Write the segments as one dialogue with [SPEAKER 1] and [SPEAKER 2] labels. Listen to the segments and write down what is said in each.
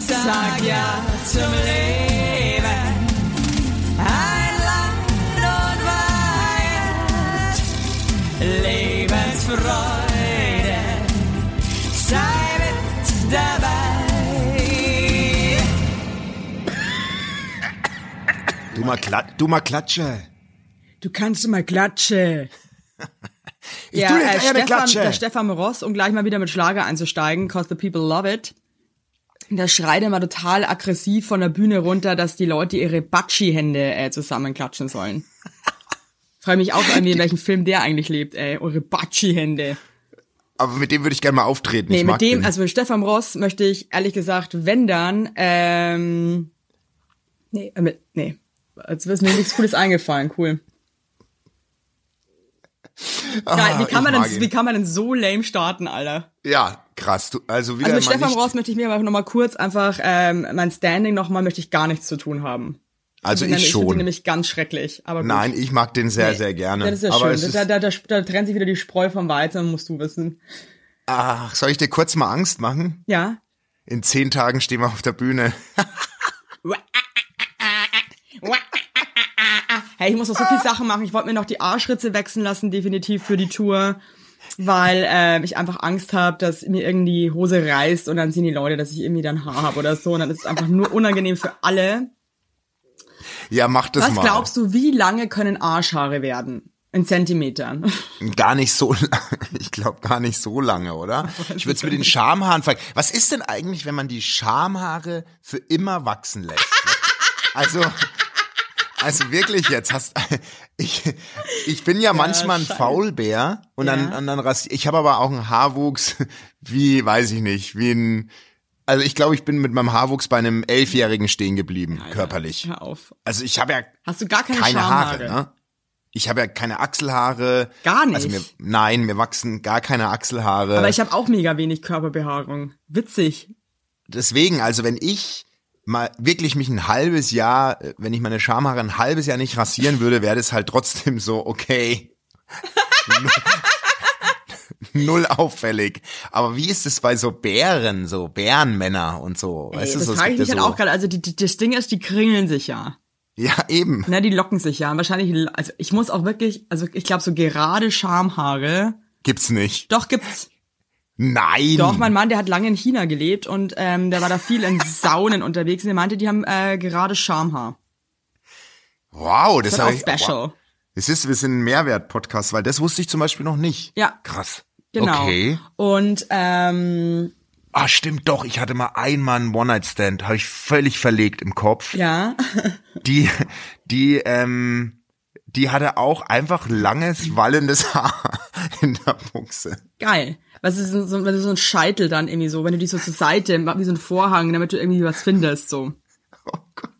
[SPEAKER 1] sag ja zum Leben. Ein Land und Weihend, Lebensfreude, sei mit dabei.
[SPEAKER 2] Du mal, klat du mal klatsche.
[SPEAKER 3] Du kannst mal klatsche.
[SPEAKER 2] Ich
[SPEAKER 3] ja,
[SPEAKER 2] tu dir
[SPEAKER 3] äh,
[SPEAKER 2] gleich eine
[SPEAKER 3] Stefan,
[SPEAKER 2] Klatsche.
[SPEAKER 3] der Stefan Ross, um gleich mal wieder mit Schlager einzusteigen, cause the people love it. Der schreit immer total aggressiv von der Bühne runter, dass die Leute ihre Batschi-Hände äh, zusammenklatschen sollen. Frag mich auch irgendwie, in welchem Film der eigentlich lebt, ey. Eure Batschi-Hände.
[SPEAKER 2] Aber mit dem würde ich gerne mal auftreten.
[SPEAKER 3] Nee,
[SPEAKER 2] ich mag
[SPEAKER 3] mit dem,
[SPEAKER 2] den.
[SPEAKER 3] also mit Stefan Ross möchte ich ehrlich gesagt, wenn dann, ähm, nee, äh, mit, nee. Jetzt ist mir nichts Cooles eingefallen, cool. Geil,
[SPEAKER 2] Ah,
[SPEAKER 3] also, wie, kann
[SPEAKER 2] ich
[SPEAKER 3] man denn,
[SPEAKER 2] mag ihn.
[SPEAKER 3] wie kann man denn so lame starten, Alter?
[SPEAKER 2] Ja, krass. Du, also wieder
[SPEAKER 3] Also mit
[SPEAKER 2] mal
[SPEAKER 3] Stefan
[SPEAKER 2] nicht,
[SPEAKER 3] Ross möchte ich mir aber nochmal kurz einfach, ähm, mein Standing nochmal möchte ich gar nichts zu tun haben.
[SPEAKER 2] Also
[SPEAKER 3] Sondern
[SPEAKER 2] ich
[SPEAKER 3] finde ihn
[SPEAKER 2] schon.
[SPEAKER 3] nämlich ganz schrecklich. Aber gut.
[SPEAKER 2] Nein, ich mag den sehr,
[SPEAKER 3] Nee.
[SPEAKER 2] sehr gerne.
[SPEAKER 3] Das ist ja
[SPEAKER 2] Aber
[SPEAKER 3] schön.
[SPEAKER 2] es
[SPEAKER 3] Das-
[SPEAKER 2] ist,
[SPEAKER 3] da, da, da, da trennt sich wieder die Spreu vom Weizen, musst du wissen.
[SPEAKER 2] ach, soll ich dir kurz mal Angst machen?
[SPEAKER 3] Ja.
[SPEAKER 2] In zehn Tagen stehen wir auf der Bühne.
[SPEAKER 3] Hey, ich muss noch so viele Sachen machen. Ich wollte mir noch die Arschritze wechseln lassen, definitiv für die Tour, weil äh, ich einfach Angst habe, dass mir irgendwie die Hose reißt und dann sehen die Leute, dass ich irgendwie dann Haar habe oder so. Und dann ist es einfach nur unangenehm für alle.
[SPEAKER 2] Ja, mach das
[SPEAKER 3] Was
[SPEAKER 2] mal.
[SPEAKER 3] glaubst du, wie lange können Arschhaare werden? In Zentimetern.
[SPEAKER 2] Gar nicht so lange. Ich glaube gar nicht so lange, oder? Ich würde es mit den Schamhaaren fragen. Was ist denn eigentlich, wenn man die Schamhaare für immer wachsen lässt? Also, also wirklich jetzt hast ich, ich bin ja manchmal ein
[SPEAKER 3] scheiße.
[SPEAKER 2] Faulbär und dann,
[SPEAKER 3] Ja.
[SPEAKER 2] und dann rast, ich habe aber auch einen Haarwuchs, wie, weiß ich nicht, wie ein, also ich glaube, ich bin mit meinem Haarwuchs bei einem Elfjährigen stehen geblieben, körperlich.
[SPEAKER 3] Hör auf.
[SPEAKER 2] Also ich habe ja
[SPEAKER 3] Hast du gar keine,
[SPEAKER 2] keine Haare,
[SPEAKER 3] Schamhaare?
[SPEAKER 2] ne? Ich habe ja keine Achselhaare.
[SPEAKER 3] Gar nicht?
[SPEAKER 2] Also mir, nein, mir wachsen gar keine Achselhaare.
[SPEAKER 3] Aber ich habe auch mega wenig Körperbehaarung. Witzig.
[SPEAKER 2] Deswegen, also wenn ich mal wirklich mich ein halbes Jahr, äh, wenn ich meine Schamhaare ein halbes Jahr nicht rasieren würde, wäre das halt trotzdem so, okay. Null auffällig. Aber wie ist es bei so Bären, so Bärenmänner und so?
[SPEAKER 3] Ey,
[SPEAKER 2] weißt du,
[SPEAKER 3] das
[SPEAKER 2] so, es
[SPEAKER 3] frage ich
[SPEAKER 2] gibt
[SPEAKER 3] mich
[SPEAKER 2] ja
[SPEAKER 3] halt
[SPEAKER 2] so-
[SPEAKER 3] auch gerade. Also die, die, das Ding ist, die kringeln sich ja.
[SPEAKER 2] Ja, eben.
[SPEAKER 3] Na, die locken sich ja. Und Wahrscheinlich, also ich muss auch wirklich, also ich glaube so gerade Schamhaare.
[SPEAKER 2] Gibt's nicht.
[SPEAKER 3] Doch gibt's.
[SPEAKER 2] Nein.
[SPEAKER 3] Doch, mein Mann, der hat lange in China gelebt und ähm, der war da viel in Saunen unterwegs und der meinte, die haben äh, gerade Schamhaar.
[SPEAKER 2] wow, das,
[SPEAKER 3] Das
[SPEAKER 2] hab
[SPEAKER 3] ist auch
[SPEAKER 2] ich-
[SPEAKER 3] special.
[SPEAKER 2] Es ist, wir sind ein Mehrwert-Podcast, weil das wusste ich zum Beispiel noch nicht.
[SPEAKER 3] Ja.
[SPEAKER 2] Krass.
[SPEAKER 3] Genau.
[SPEAKER 2] Okay.
[SPEAKER 3] Und ähm,
[SPEAKER 2] Ah, stimmt doch. Ich hatte mal einmal einen One-Night-Stand, habe ich völlig verlegt im Kopf.
[SPEAKER 3] ja,
[SPEAKER 2] Die, die, ähm, die hatte auch einfach langes, wallendes Haar in der Buchse.
[SPEAKER 3] geil. Was ist denn so, wenn du so ein Scheitel dann irgendwie so, wenn du die so zur Seite, wie so ein Vorhang, damit du irgendwie was findest so.
[SPEAKER 2] Oh Gott.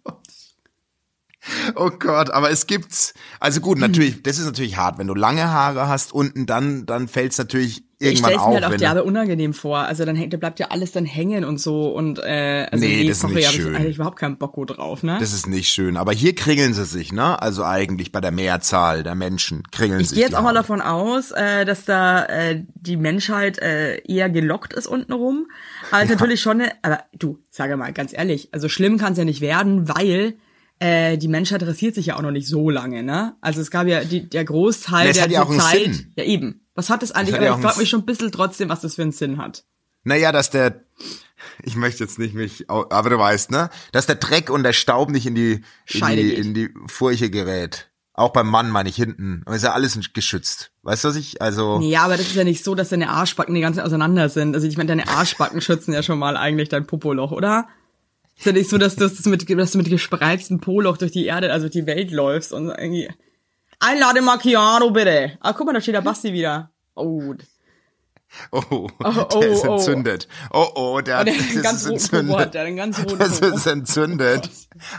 [SPEAKER 2] Oh Gott, aber es gibt's. Also gut, natürlich, das ist natürlich hart, wenn du lange Haare hast unten, dann, dann fällt's natürlich
[SPEAKER 3] Ich
[SPEAKER 2] irgendwann
[SPEAKER 3] stell's
[SPEAKER 2] auf.
[SPEAKER 3] mir halt auch
[SPEAKER 2] wenn du-
[SPEAKER 3] derbe unangenehm vor. Also dann hängt, da bleibt ja alles dann hängen und so und äh, also
[SPEAKER 2] Nee, das ist
[SPEAKER 3] sorry,
[SPEAKER 2] nicht
[SPEAKER 3] hab ich
[SPEAKER 2] schön.
[SPEAKER 3] eigentlich überhaupt keinen Bocko drauf, ne?
[SPEAKER 2] Das ist nicht schön. Aber hier kringeln sie sich, ne? Also eigentlich bei der Mehrzahl der Menschen kringeln
[SPEAKER 3] ich
[SPEAKER 2] sich.
[SPEAKER 3] gehe jetzt
[SPEAKER 2] die
[SPEAKER 3] auch mal
[SPEAKER 2] Haare.
[SPEAKER 3] davon aus, äh, dass da äh, die Menschheit äh, eher gelockt ist untenrum. Aber es ist natürlich schon eine, aber du, sage mal ganz ehrlich, also schlimm kann es ja nicht werden, weil äh, die Menschheit interessiert sich ja auch noch nicht so lange, ne? Also es gab ja die, der Großteil
[SPEAKER 2] Na, es
[SPEAKER 3] der
[SPEAKER 2] hat ja auch
[SPEAKER 3] zur
[SPEAKER 2] einen
[SPEAKER 3] Zeit.
[SPEAKER 2] Sinn.
[SPEAKER 3] Ja eben. Was hat das eigentlich?
[SPEAKER 2] hat
[SPEAKER 3] aber
[SPEAKER 2] ja auch
[SPEAKER 3] ich frage
[SPEAKER 2] einen
[SPEAKER 3] mich schon ein bisschen trotzdem, was das für einen Sinn hat.
[SPEAKER 2] Naja, dass der, ich möchte jetzt nicht mich, au- aber du weißt, ne? Dass der Dreck und der Staub nicht in die, in
[SPEAKER 3] Scheide
[SPEAKER 2] die,
[SPEAKER 3] geht.
[SPEAKER 2] in die Furche gerät. Auch beim Mann meine ich hinten. Aber ist ja alles geschützt. Weißt du, was ich, also,
[SPEAKER 3] Ja, aber das ist ja nicht so, dass deine Arschbacken die ganze Zeit auseinander sind. Also ich meine, deine Arschbacken schützen ja schon mal eigentlich dein Popoloch, oder? Ist ja nicht so, dass du, dass du, mit, dass du mit gespreiztem Poloch durch die Erde, also durch die Welt läufst und irgendwie... Ein Latte Macchiato, bitte. Ah, guck mal, da steht der Basti wieder. Oh,
[SPEAKER 2] oh,
[SPEAKER 3] oh,
[SPEAKER 2] der ist
[SPEAKER 3] oh.
[SPEAKER 2] entzündet. Oh, oh, der,
[SPEAKER 3] der
[SPEAKER 2] hat
[SPEAKER 3] hat
[SPEAKER 2] das
[SPEAKER 3] einen ganz
[SPEAKER 2] ist
[SPEAKER 3] roten Popo
[SPEAKER 2] entzündet.
[SPEAKER 3] hat der, einen ganz roten
[SPEAKER 2] Das
[SPEAKER 3] Popo.
[SPEAKER 2] ist entzündet.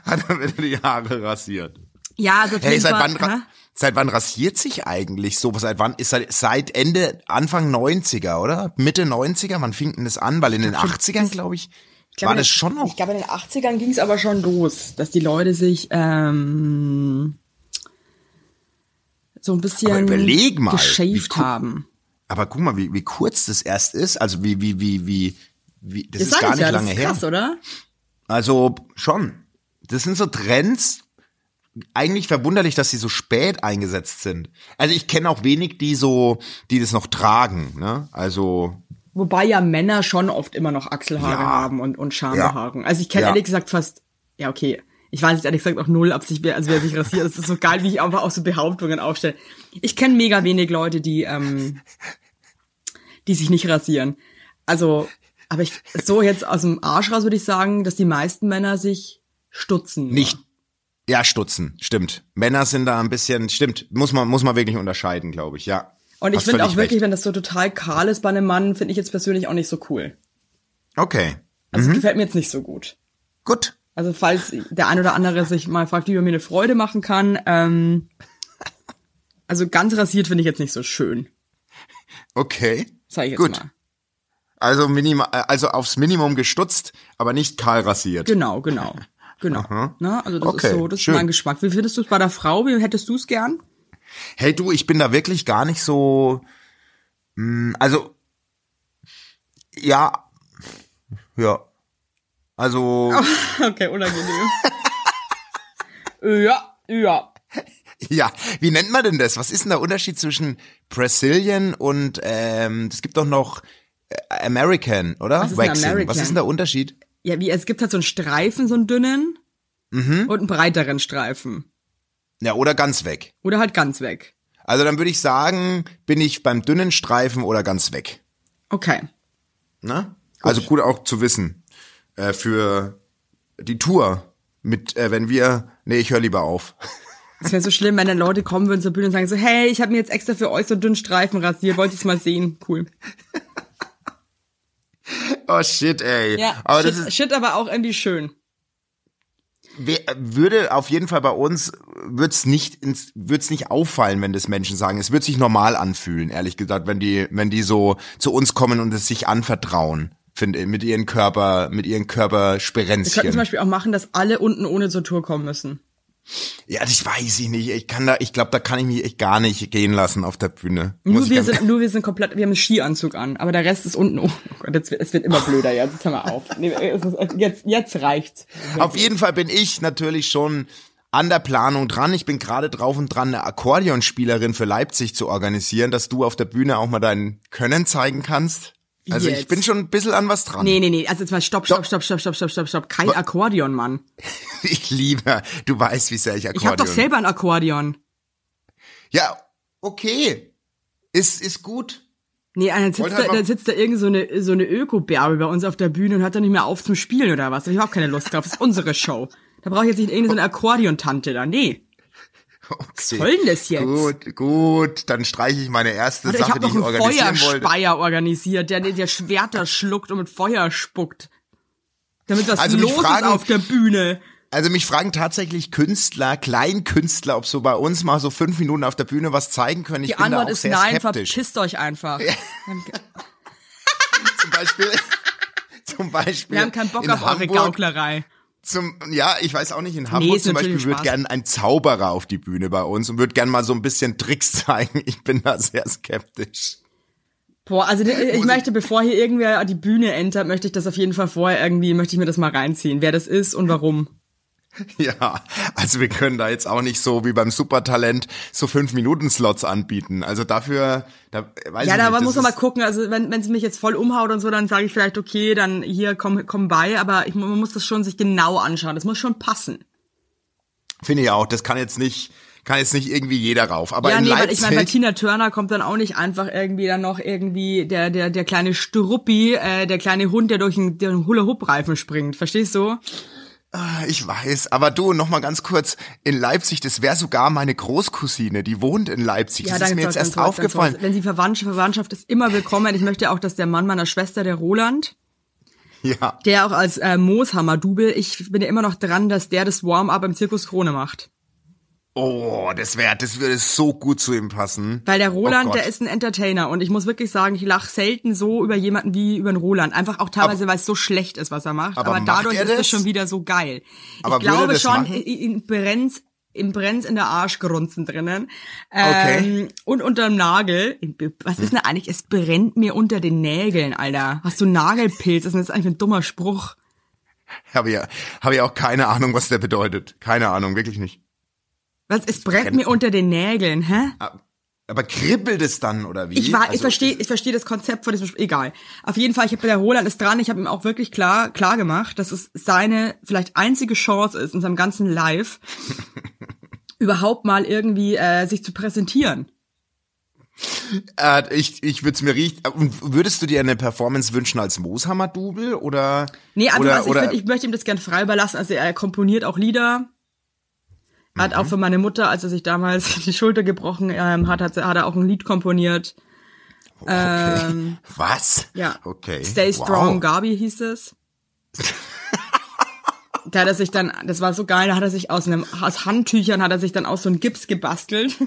[SPEAKER 2] Hat er wieder die Haare rasiert.
[SPEAKER 3] Ja, also auf
[SPEAKER 2] Hey,
[SPEAKER 3] jeden
[SPEAKER 2] seit
[SPEAKER 3] Fall,
[SPEAKER 2] wann,
[SPEAKER 3] hä?
[SPEAKER 2] ra- seit wann rasiert sich eigentlich so? Seit wann ist seit, seit Ende, Anfang 90er, oder? Mitte 90er? Wann fing denn das an? Weil in den 80ern, glaube ich,
[SPEAKER 3] glaub,
[SPEAKER 2] war
[SPEAKER 3] in den-
[SPEAKER 2] das schon noch.
[SPEAKER 3] Ich glaube, in den 80ern ging es aber schon los, dass die Leute sich ähm, so ein bisschen
[SPEAKER 2] Aber überleg mal, wie
[SPEAKER 3] geschaved
[SPEAKER 2] cool-
[SPEAKER 3] haben.
[SPEAKER 2] Aber guck mal, wie, wie kurz das erst ist. Also wie, wie, wie, wie, wie das,
[SPEAKER 3] Das
[SPEAKER 2] ist
[SPEAKER 3] sag
[SPEAKER 2] gar
[SPEAKER 3] ich
[SPEAKER 2] nicht
[SPEAKER 3] ja,
[SPEAKER 2] lange
[SPEAKER 3] das ist
[SPEAKER 2] her.
[SPEAKER 3] krass, oder?
[SPEAKER 2] Also schon. Das sind so Trends. Eigentlich verwunderlich, dass sie so spät eingesetzt sind. Also ich kenne auch wenig, die so, die das noch tragen. Ne? Also
[SPEAKER 3] Wobei ja Männer schon oft immer noch Achselhaare
[SPEAKER 2] Ja.
[SPEAKER 3] haben und, und Schambehaarung.
[SPEAKER 2] Ja.
[SPEAKER 3] Also ich kenne
[SPEAKER 2] Ja.
[SPEAKER 3] ehrlich gesagt fast, ja okay, ich weiß jetzt ehrlich gesagt auch null, ob sich, wer- also wer sich rasiert, es ist so geil, wie ich einfach auch so Behauptungen aufstelle. Ich kenne mega wenig Leute, die, ähm, die sich nicht rasieren. Also, aber ich, so jetzt aus dem Arsch raus würde ich sagen, dass die meisten Männer sich stutzen. nur.
[SPEAKER 2] nicht. Ja, stutzen, stimmt. Männer sind da ein bisschen, stimmt. Muss man, muss man wirklich unterscheiden, glaube ich, ja.
[SPEAKER 3] Und ich
[SPEAKER 2] Hast
[SPEAKER 3] finde auch
[SPEAKER 2] völlig
[SPEAKER 3] wirklich,
[SPEAKER 2] recht.
[SPEAKER 3] wenn das so total kahl ist bei einem Mann, finde ich jetzt persönlich auch nicht so cool.
[SPEAKER 2] Okay,
[SPEAKER 3] Also
[SPEAKER 2] Mhm.
[SPEAKER 3] gefällt mir jetzt nicht so gut.
[SPEAKER 2] gut.
[SPEAKER 3] Also falls der ein oder andere sich mal fragt, wie man mir eine Freude machen kann. Ähm, also ganz rasiert finde ich jetzt nicht so schön,
[SPEAKER 2] Okay.
[SPEAKER 3] sage ich jetzt
[SPEAKER 2] gut.
[SPEAKER 3] mal.
[SPEAKER 2] Also, minima, äh, also aufs Minimum gestutzt, aber nicht kahl rasiert.
[SPEAKER 3] Genau, genau. Genau. Na, also das
[SPEAKER 2] Okay,
[SPEAKER 3] ist so, das
[SPEAKER 2] schön.
[SPEAKER 3] ist mein Geschmack. Wie findest du es bei der Frau? Wie hättest du es gern?
[SPEAKER 2] Hey du, ich bin da wirklich gar nicht so. mm, Also ja, ja. Also
[SPEAKER 3] Okay, unangenehm. ja, ja.
[SPEAKER 2] ja. Wie nennt man denn das? Was ist denn der Unterschied zwischen Brazilian und ähm, es gibt doch noch äh, American, oder?
[SPEAKER 3] Was ist ein American?
[SPEAKER 2] Was ist denn der Unterschied?
[SPEAKER 3] Ja, wie es gibt halt so einen Streifen, so einen dünnen
[SPEAKER 2] Mhm.
[SPEAKER 3] und einen breiteren Streifen.
[SPEAKER 2] Ja, oder ganz weg.
[SPEAKER 3] Oder halt ganz weg.
[SPEAKER 2] Also dann würde ich sagen, bin ich beim dünnen Streifen oder ganz weg.
[SPEAKER 3] Okay.
[SPEAKER 2] Ne? Also gut auch zu wissen äh, für die Tour mit, äh, wenn wir, nee, ich höre lieber auf.
[SPEAKER 3] Es wäre so schlimm, wenn dann Leute kommen würden zur Bühne und sagen so, hey, ich habe mir jetzt extra für euch so dünn Streifen rasiert, wollt ihr's mal sehen? Cool.
[SPEAKER 2] Oh shit, ey.
[SPEAKER 3] Ja,
[SPEAKER 2] aber
[SPEAKER 3] shit,
[SPEAKER 2] das ist,
[SPEAKER 3] shit, aber auch irgendwie schön.
[SPEAKER 2] wer- würde auf jeden Fall bei uns wird's nicht ins, wird's nicht auffallen, wenn das Menschen sagen. Es wird sich normal anfühlen, ehrlich gesagt, wenn die wenn die so zu uns kommen und es sich anvertrauen, finde mit ihren Körper mit ihren
[SPEAKER 3] Wir könnten zum
[SPEAKER 2] Körpersperenzchen.
[SPEAKER 3] Beispiel auch machen, dass alle unten ohne zur Tour kommen müssen.
[SPEAKER 2] Ja, das weiß ich nicht. Ich kann da ich glaube, da kann ich mich echt gar nicht gehen lassen auf der Bühne. Muss
[SPEAKER 3] Nur
[SPEAKER 2] ich
[SPEAKER 3] wir,
[SPEAKER 2] ganz-
[SPEAKER 3] sind, nur wir sind komplett, wir haben einen Skianzug an, aber der Rest ist unten ohne. Oh Gott, jetzt, wird- es wird immer blöder, jetzt jetzt hör mal auf. Nee, es ist, äh, jetzt, jetzt reicht's.
[SPEAKER 2] Auf jeden Fall bin ich natürlich schon an der Planung dran. Ich bin gerade drauf und dran, eine Akkordeonspielerin für Leipzig zu organisieren, dass du auf der Bühne auch mal dein Können zeigen kannst. Also ich
[SPEAKER 3] jetzt?
[SPEAKER 2] bin schon ein bisschen an was dran.
[SPEAKER 3] Nee, nee, nee, also jetzt mal stopp, stopp, stopp, stopp, stopp, stopp, stopp, stopp. Kein Akkordeon, Mann.
[SPEAKER 2] Ich liebe, du weißt, wie sehr ich Akkordeon.
[SPEAKER 3] Ich habe doch selber ein Akkordeon.
[SPEAKER 2] Ja, okay. Ist, ist gut.
[SPEAKER 3] Nee, dann
[SPEAKER 2] Wollt
[SPEAKER 3] sitzt,
[SPEAKER 2] halt
[SPEAKER 3] da,
[SPEAKER 2] mal-
[SPEAKER 3] dann sitzt da irgend so eine, so eine Öko-Bärbe bei uns auf der Bühne und hört dann nicht mehr auf zum Spielen oder was. Da hab ich überhaupt keine Lust drauf. Das ist unsere Show. Da brauche ich jetzt nicht irgendeine so eine Akkordeontante da. Nee.
[SPEAKER 2] Okay. Was
[SPEAKER 3] soll denn das jetzt?
[SPEAKER 2] Gut, gut. Dann streiche ich meine erste
[SPEAKER 3] Oder ich
[SPEAKER 2] Sache,
[SPEAKER 3] habe
[SPEAKER 2] die
[SPEAKER 3] noch
[SPEAKER 2] ich
[SPEAKER 3] einen
[SPEAKER 2] organisieren wollte.
[SPEAKER 3] Feuerspeier organisiert, der, der Schwerter schluckt und mit Feuer spuckt. Damit was
[SPEAKER 2] Also mich
[SPEAKER 3] los
[SPEAKER 2] fragen-
[SPEAKER 3] ist auf der Bühne.
[SPEAKER 2] Also mich fragen tatsächlich Künstler, Kleinkünstler, ob so bei uns mal so fünf Minuten auf der Bühne was zeigen können. Ich
[SPEAKER 3] Die
[SPEAKER 2] bin da
[SPEAKER 3] Antwort
[SPEAKER 2] auch
[SPEAKER 3] ist
[SPEAKER 2] sehr
[SPEAKER 3] nein,
[SPEAKER 2] skeptisch.
[SPEAKER 3] verpisst euch einfach.
[SPEAKER 2] Zum Beispiel. Zum Beispiel.
[SPEAKER 3] Wir haben keinen Bock
[SPEAKER 2] in
[SPEAKER 3] auf eure
[SPEAKER 2] Hamburg
[SPEAKER 3] Gauklerei.
[SPEAKER 2] Zum, ja, ich weiß auch nicht, in Hamburg
[SPEAKER 3] ist
[SPEAKER 2] zum
[SPEAKER 3] natürlich
[SPEAKER 2] Beispiel würde
[SPEAKER 3] Spaß.
[SPEAKER 2] gern ein Zauberer auf die Bühne bei uns und würde gern mal so ein bisschen Tricks zeigen. Ich bin da sehr skeptisch.
[SPEAKER 3] Boah, also der- ich
[SPEAKER 2] Muss
[SPEAKER 3] möchte, bevor hier irgendwer die Bühne entert, möchte ich das auf jeden Fall vorher irgendwie, möchte ich mir das mal reinziehen, wer das ist und warum.
[SPEAKER 2] Ja, also wir können da jetzt auch nicht so wie beim Supertalent so fünf Minuten Slots anbieten. Also dafür, da weiß
[SPEAKER 3] Ja,
[SPEAKER 2] ich
[SPEAKER 3] da
[SPEAKER 2] nicht.
[SPEAKER 3] aber
[SPEAKER 2] das
[SPEAKER 3] muss man mal
[SPEAKER 2] ist-
[SPEAKER 3] gucken. Also wenn wenn sie mich jetzt voll umhaut und so, dann sage ich vielleicht okay, dann hier komm komm bei. Aber ich, man muss das schon sich genau anschauen. Das muss schon passen.
[SPEAKER 2] Finde ich auch. Das kann jetzt nicht, kann jetzt nicht irgendwie jeder rauf. Aber
[SPEAKER 3] ja,
[SPEAKER 2] in
[SPEAKER 3] nee, weil
[SPEAKER 2] Leipzig.
[SPEAKER 3] ich meine, bei Tina Turner kommt dann auch nicht einfach irgendwie dann noch irgendwie der der der kleine Struppi, äh, der kleine Hund, der durch einen, der einen Hula Hoop Reifen springt. Verstehst du?
[SPEAKER 2] Ah, Ich weiß, aber du, noch mal ganz kurz, in Leipzig, das wäre sogar meine Großcousine, die wohnt in Leipzig.
[SPEAKER 3] Ja,
[SPEAKER 2] das ist mir jetzt
[SPEAKER 3] soll's,
[SPEAKER 2] erst
[SPEAKER 3] soll's, soll's.
[SPEAKER 2] aufgefallen.
[SPEAKER 3] Wenn sie Verwandtschaft, Verwandtschaft ist immer willkommen. Ich möchte auch, dass der Mann meiner Schwester, der Roland,
[SPEAKER 2] Ja,
[SPEAKER 3] der auch als äh, Mooshammer-Double, ich bin ja immer noch dran, dass der das Warm-up im Zirkus Krone macht.
[SPEAKER 2] oh, das wäre, das würde so gut zu ihm passen.
[SPEAKER 3] Weil der Roland,
[SPEAKER 2] Oh Gott.
[SPEAKER 3] der ist ein Entertainer und ich muss wirklich sagen, ich lache selten so über jemanden wie über den Roland. Einfach auch teilweise, weil es so schlecht ist, was er macht.
[SPEAKER 2] aber
[SPEAKER 3] Aber,
[SPEAKER 2] macht
[SPEAKER 3] dadurch
[SPEAKER 2] er
[SPEAKER 3] ist es
[SPEAKER 2] das?
[SPEAKER 3] schon wieder so geil.
[SPEAKER 2] Aber
[SPEAKER 3] ich
[SPEAKER 2] würde
[SPEAKER 3] glaube
[SPEAKER 2] das
[SPEAKER 3] schon,
[SPEAKER 2] machen?
[SPEAKER 3] im Brenz, im Brenz in der Arschgrunzen drinnen.
[SPEAKER 2] Okay.
[SPEAKER 3] Ähm, Und unterm Nagel. Was ist denn eigentlich? Es brennt mir unter den Nägeln, Alter. Hast du Nagelpilz? Das ist eigentlich ein dummer Spruch.
[SPEAKER 2] Habe ja, habe ja auch keine Ahnung, was der bedeutet. Keine Ahnung, wirklich nicht.
[SPEAKER 3] Was, es brennt mir unter den Nägeln, hä?
[SPEAKER 2] Aber kribbelt es dann oder wie?
[SPEAKER 3] Ich, war, ich
[SPEAKER 2] Also,
[SPEAKER 3] verstehe ich verstehe das Konzept von diesem Sp- Egal. Auf jeden Fall, ich habe der Roland ist dran. Ich habe ihm auch wirklich klar, klar gemacht, dass es seine vielleicht einzige Chance ist in seinem ganzen Live überhaupt mal irgendwie äh, sich zu präsentieren.
[SPEAKER 2] Äh, ich ich würde es mir riechen. Und würdest du dir eine Performance wünschen als Mooshammer-Double oder?
[SPEAKER 3] Nee, aber
[SPEAKER 2] oder,
[SPEAKER 3] was, ich,
[SPEAKER 2] oder,
[SPEAKER 3] find, ich möchte ihm das gern frei überlassen. Also er komponiert auch Lieder. Er Hat auch
[SPEAKER 2] Mhm.
[SPEAKER 3] für meine Mutter, als er sich damals die Schulter gebrochen ähm, hat, hat, hat er auch ein Lied komponiert.
[SPEAKER 2] okay.
[SPEAKER 3] ähm,
[SPEAKER 2] was?
[SPEAKER 3] Ja.
[SPEAKER 2] Okay.
[SPEAKER 3] Stay
[SPEAKER 2] Wow.
[SPEAKER 3] Strong, Gabi hieß es. da hat er sich dann, das war so geil, da hat er sich aus einem, aus Handtüchern hat er sich dann aus so einem Gips gebastelt.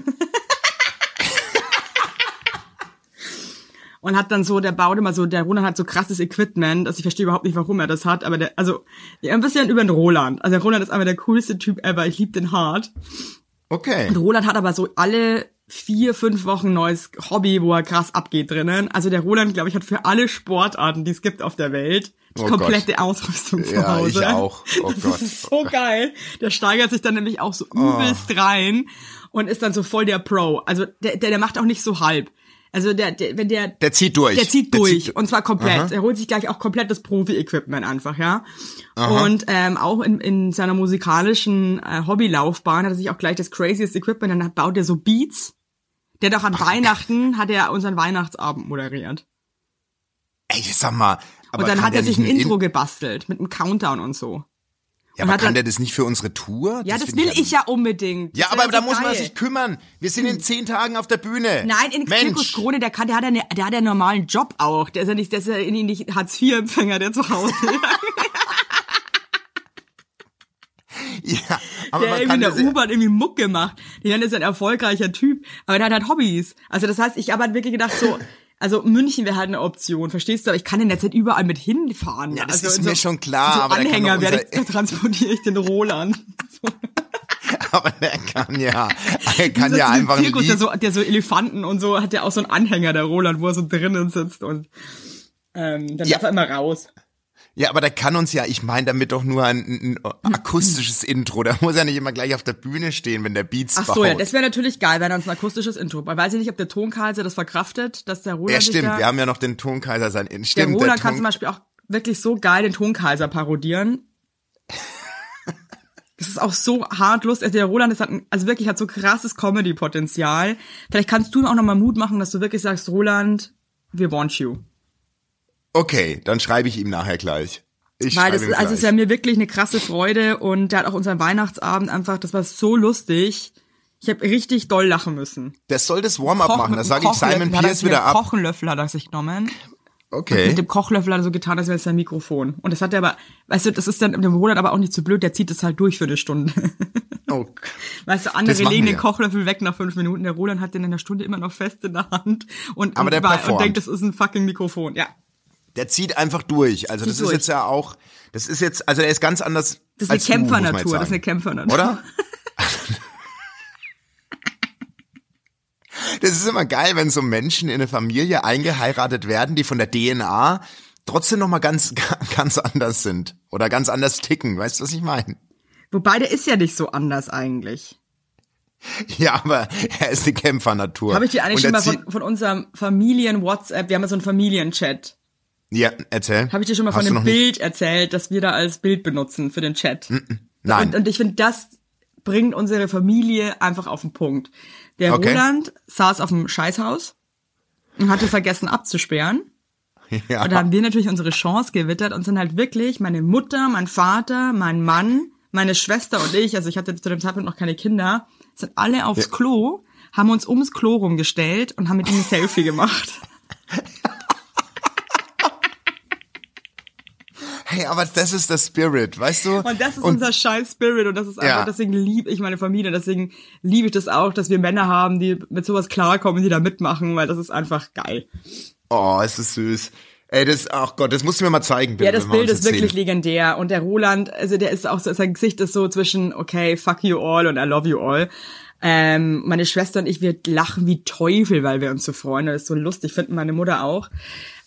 [SPEAKER 3] Und hat dann so, der baut immer so, der Roland hat so krasses Equipment, dass ich verstehe überhaupt nicht, warum er das hat, aber der, also, ja, ein bisschen über den Roland. Also der Roland ist einfach der coolste Typ ever, ich liebe den hart.
[SPEAKER 2] Okay.
[SPEAKER 3] Roland hat aber so alle vier, fünf Wochen neues Hobby, wo er krass abgeht drinnen. Also der Roland, glaube ich, hat für alle Sportarten, die es gibt auf der Welt, die
[SPEAKER 2] Oh
[SPEAKER 3] komplette Ausrüstung zu
[SPEAKER 2] Ja, ich
[SPEAKER 3] Hause.
[SPEAKER 2] auch. Oh
[SPEAKER 3] das
[SPEAKER 2] Gott. Oh.
[SPEAKER 3] ist so geil. Der steigert sich dann nämlich auch so übelst rein und ist dann so voll der Pro. Also der, der, der macht auch nicht so halb. Also der, der wenn der
[SPEAKER 2] Der zieht durch.
[SPEAKER 3] der zieht
[SPEAKER 2] Der
[SPEAKER 3] durch
[SPEAKER 2] zieht-
[SPEAKER 3] und zwar komplett. Er holt sich gleich auch komplett das Profi-Equipment einfach, ja. Und ähm, auch in, in seiner musikalischen äh, Hobbylaufbahn hat er sich auch gleich das craziest Equipment. Dann baut er so Beats. Der hat auch an Weihnachten hat er unseren Weihnachtsabend moderiert.
[SPEAKER 2] Ey, sag mal. Aber
[SPEAKER 3] Und dann
[SPEAKER 2] kann
[SPEAKER 3] hat
[SPEAKER 2] der
[SPEAKER 3] er sich
[SPEAKER 2] nicht
[SPEAKER 3] ein Intro gebastelt mit einem Countdown und so.
[SPEAKER 2] Ja,
[SPEAKER 3] und
[SPEAKER 2] aber
[SPEAKER 3] hat
[SPEAKER 2] kann
[SPEAKER 3] dann-
[SPEAKER 2] der das nicht für unsere Tour?
[SPEAKER 3] Ja, das,
[SPEAKER 2] find
[SPEAKER 3] will ich ja unbedingt.
[SPEAKER 2] Ja,
[SPEAKER 3] Das
[SPEAKER 2] aber
[SPEAKER 3] wär
[SPEAKER 2] da
[SPEAKER 3] so
[SPEAKER 2] muss man
[SPEAKER 3] geil. Hm.
[SPEAKER 2] sich kümmern. Wir sind in zehn Tagen auf der Bühne.
[SPEAKER 3] Nein, in Zirkus
[SPEAKER 2] Mensch.
[SPEAKER 3] Krone, der kann, der hat ja eine, der hat ja einen normalen Job auch. Der ist ja nicht, der ist ja nicht Hartz IV Empfänger, der zu Hause.
[SPEAKER 2] Ja, aber
[SPEAKER 3] der
[SPEAKER 2] man
[SPEAKER 3] irgendwie in
[SPEAKER 2] kann
[SPEAKER 3] der
[SPEAKER 2] das ja-
[SPEAKER 3] U-Bahn irgendwie Muck gemacht. Die ist ein erfolgreicher Typ, aber der hat halt Hobbys. Also das heißt, ich habe halt wirklich gedacht so, also München wäre halt eine Option, verstehst du? Aber ich kann in der Zeit überall mit hinfahren.
[SPEAKER 2] Ja, das
[SPEAKER 3] also
[SPEAKER 2] ist
[SPEAKER 3] in
[SPEAKER 2] mir schon klar,
[SPEAKER 3] in So
[SPEAKER 2] aber da kann
[SPEAKER 3] Anhänger
[SPEAKER 2] doch
[SPEAKER 3] werde
[SPEAKER 2] unser-
[SPEAKER 3] ich, da transportiere ich den Roland.
[SPEAKER 2] Aber der kann ja, er kann
[SPEAKER 3] Das
[SPEAKER 2] ja
[SPEAKER 3] ist ein
[SPEAKER 2] einfach ein
[SPEAKER 3] Zirkus, der
[SPEAKER 2] Lied.
[SPEAKER 3] so, der so Elefanten und so hat ja auch so einen Anhänger, der Roland, wo er so drinnen sitzt und ähm, dann
[SPEAKER 2] Ja.
[SPEAKER 3] darf er immer raus.
[SPEAKER 2] Ja, aber der kann uns ja, ich meine damit doch nur ein,
[SPEAKER 3] Hm.
[SPEAKER 2] ein akustisches Intro. Da muss er nicht immer gleich auf der Bühne stehen, wenn der Beats
[SPEAKER 3] Ach
[SPEAKER 2] baut.
[SPEAKER 3] so, ja, das wäre natürlich geil, wenn dann so ein akustisches Intro. Man weiß ja nicht, ob der Tonkaiser das verkraftet, dass der Roland
[SPEAKER 2] ja,
[SPEAKER 3] sich da
[SPEAKER 2] stimmt, wir haben ja noch den Tonkaiser sein.
[SPEAKER 3] Der
[SPEAKER 2] Stimmt,
[SPEAKER 3] Roland kann
[SPEAKER 2] Ton-
[SPEAKER 3] zum Beispiel auch wirklich so geil den Tonkaiser parodieren. Das ist auch so hart lust. Also der Roland ist hat ein, also wirklich hat so krasses Comedy-Potenzial. Vielleicht kannst du ihm auch nochmal Mut machen, dass du wirklich sagst, Roland, we want you.
[SPEAKER 2] Okay, dann schreibe ich ihm nachher gleich. Ich
[SPEAKER 3] Weil
[SPEAKER 2] schreibe
[SPEAKER 3] das
[SPEAKER 2] ihm
[SPEAKER 3] ist, also
[SPEAKER 2] gleich.
[SPEAKER 3] es wäre mir wirklich eine krasse Freude und der hat auch unseren Weihnachtsabend einfach, das war so lustig. Ich habe richtig doll lachen müssen.
[SPEAKER 2] das soll das Warm-up
[SPEAKER 3] Koch-
[SPEAKER 2] machen.
[SPEAKER 3] mit
[SPEAKER 2] Das sage
[SPEAKER 3] dem
[SPEAKER 2] ich Simon
[SPEAKER 3] Kochlöffel hat er
[SPEAKER 2] Pierce
[SPEAKER 3] sich- mit
[SPEAKER 2] wieder
[SPEAKER 3] dem
[SPEAKER 2] ab.
[SPEAKER 3] Kochlöffel hat er sich genommen. Mit
[SPEAKER 2] Okay.
[SPEAKER 3] dem Kochlöffel hat er so getan, als wäre es sein Mikrofon. Und das hat er aber, weißt du, das ist dann dem Roland aber auch nicht zu blöd, der zieht es halt durch für eine Stunde.
[SPEAKER 2] Oh,
[SPEAKER 3] Weißt du,
[SPEAKER 2] Das
[SPEAKER 3] andere
[SPEAKER 2] machen
[SPEAKER 3] legen
[SPEAKER 2] wir.
[SPEAKER 3] den Kochlöffel weg nach fünf Minuten, der Roland hat den in einer Stunde immer noch fest in der Hand und,
[SPEAKER 2] Aber
[SPEAKER 3] und,
[SPEAKER 2] der
[SPEAKER 3] wei- und
[SPEAKER 2] performt.
[SPEAKER 3] denkt, das ist ein fucking Mikrofon. Ja.
[SPEAKER 2] der zieht einfach durch. Also das
[SPEAKER 3] Zieht
[SPEAKER 2] ist
[SPEAKER 3] durch.
[SPEAKER 2] jetzt ja auch, das ist jetzt, also er ist ganz anders.
[SPEAKER 3] Das ist
[SPEAKER 2] als du,
[SPEAKER 3] eine
[SPEAKER 2] muss man jetzt
[SPEAKER 3] Kämpfernatur, das ist
[SPEAKER 2] sagen.
[SPEAKER 3] eine Kämpfernatur.
[SPEAKER 2] Oder? Das ist immer geil, wenn so Menschen in eine Familie eingeheiratet werden, die von der DNA trotzdem nochmal ganz, ganz anders sind. Oder ganz anders ticken. Weißt du, was ich meine?
[SPEAKER 3] Wobei, der ist ja nicht so anders eigentlich.
[SPEAKER 2] Ja, aber er ist eine Kämpfernatur.
[SPEAKER 3] Habe ich dir eigentlich
[SPEAKER 2] Und
[SPEAKER 3] schon
[SPEAKER 2] er
[SPEAKER 3] mal
[SPEAKER 2] zieht-
[SPEAKER 3] von, von unserem Familien-WhatsApp, wir haben ja so einen Familienchat,
[SPEAKER 2] Ja, erzähl.
[SPEAKER 3] habe ich dir schon mal
[SPEAKER 2] Hast du
[SPEAKER 3] von
[SPEAKER 2] noch Hm.
[SPEAKER 3] dem Bild erzählt, das wir da als Bild benutzen für den Chat.
[SPEAKER 2] Nicht? Nein.
[SPEAKER 3] Und, und ich finde, das bringt unsere Familie einfach auf den Punkt. Der
[SPEAKER 2] Okay.
[SPEAKER 3] Roland saß auf dem Scheißhaus und hatte vergessen abzusperren.
[SPEAKER 2] ja.
[SPEAKER 3] Und da haben wir natürlich unsere Chance gewittert und sind halt wirklich meine Mutter, mein Vater, mein Mann, meine Schwester und ich, also ich hatte zu dem Zeitpunkt noch keine Kinder, sind alle aufs Klo, haben uns ums Klo rumgestellt und haben mit ihm ein Selfie gemacht.
[SPEAKER 2] Hey, aber das ist der Spirit, weißt du?
[SPEAKER 3] Und das ist unser scheiß Spirit und das ist einfach,
[SPEAKER 2] Ja.
[SPEAKER 3] deswegen liebe ich meine Familie, und deswegen liebe ich das auch, dass wir Männer haben, die mit sowas klarkommen, die da mitmachen, weil das ist einfach geil.
[SPEAKER 2] Oh, es ist süß. Ey, das, ach Gott, das musst du mir mal zeigen, bitte.
[SPEAKER 3] Ja, das
[SPEAKER 2] wenn wir
[SPEAKER 3] Bild
[SPEAKER 2] uns
[SPEAKER 3] ist
[SPEAKER 2] jetzt
[SPEAKER 3] wirklich
[SPEAKER 2] sehen.
[SPEAKER 3] legendär und der Roland, also der ist auch so, sein Gesicht ist so zwischen okay, fuck you all und I love you all. Ähm, meine Schwester und ich, wir lachen wie Teufel, weil wir uns so freuen. Das ist so lustig, finden meine Mutter auch.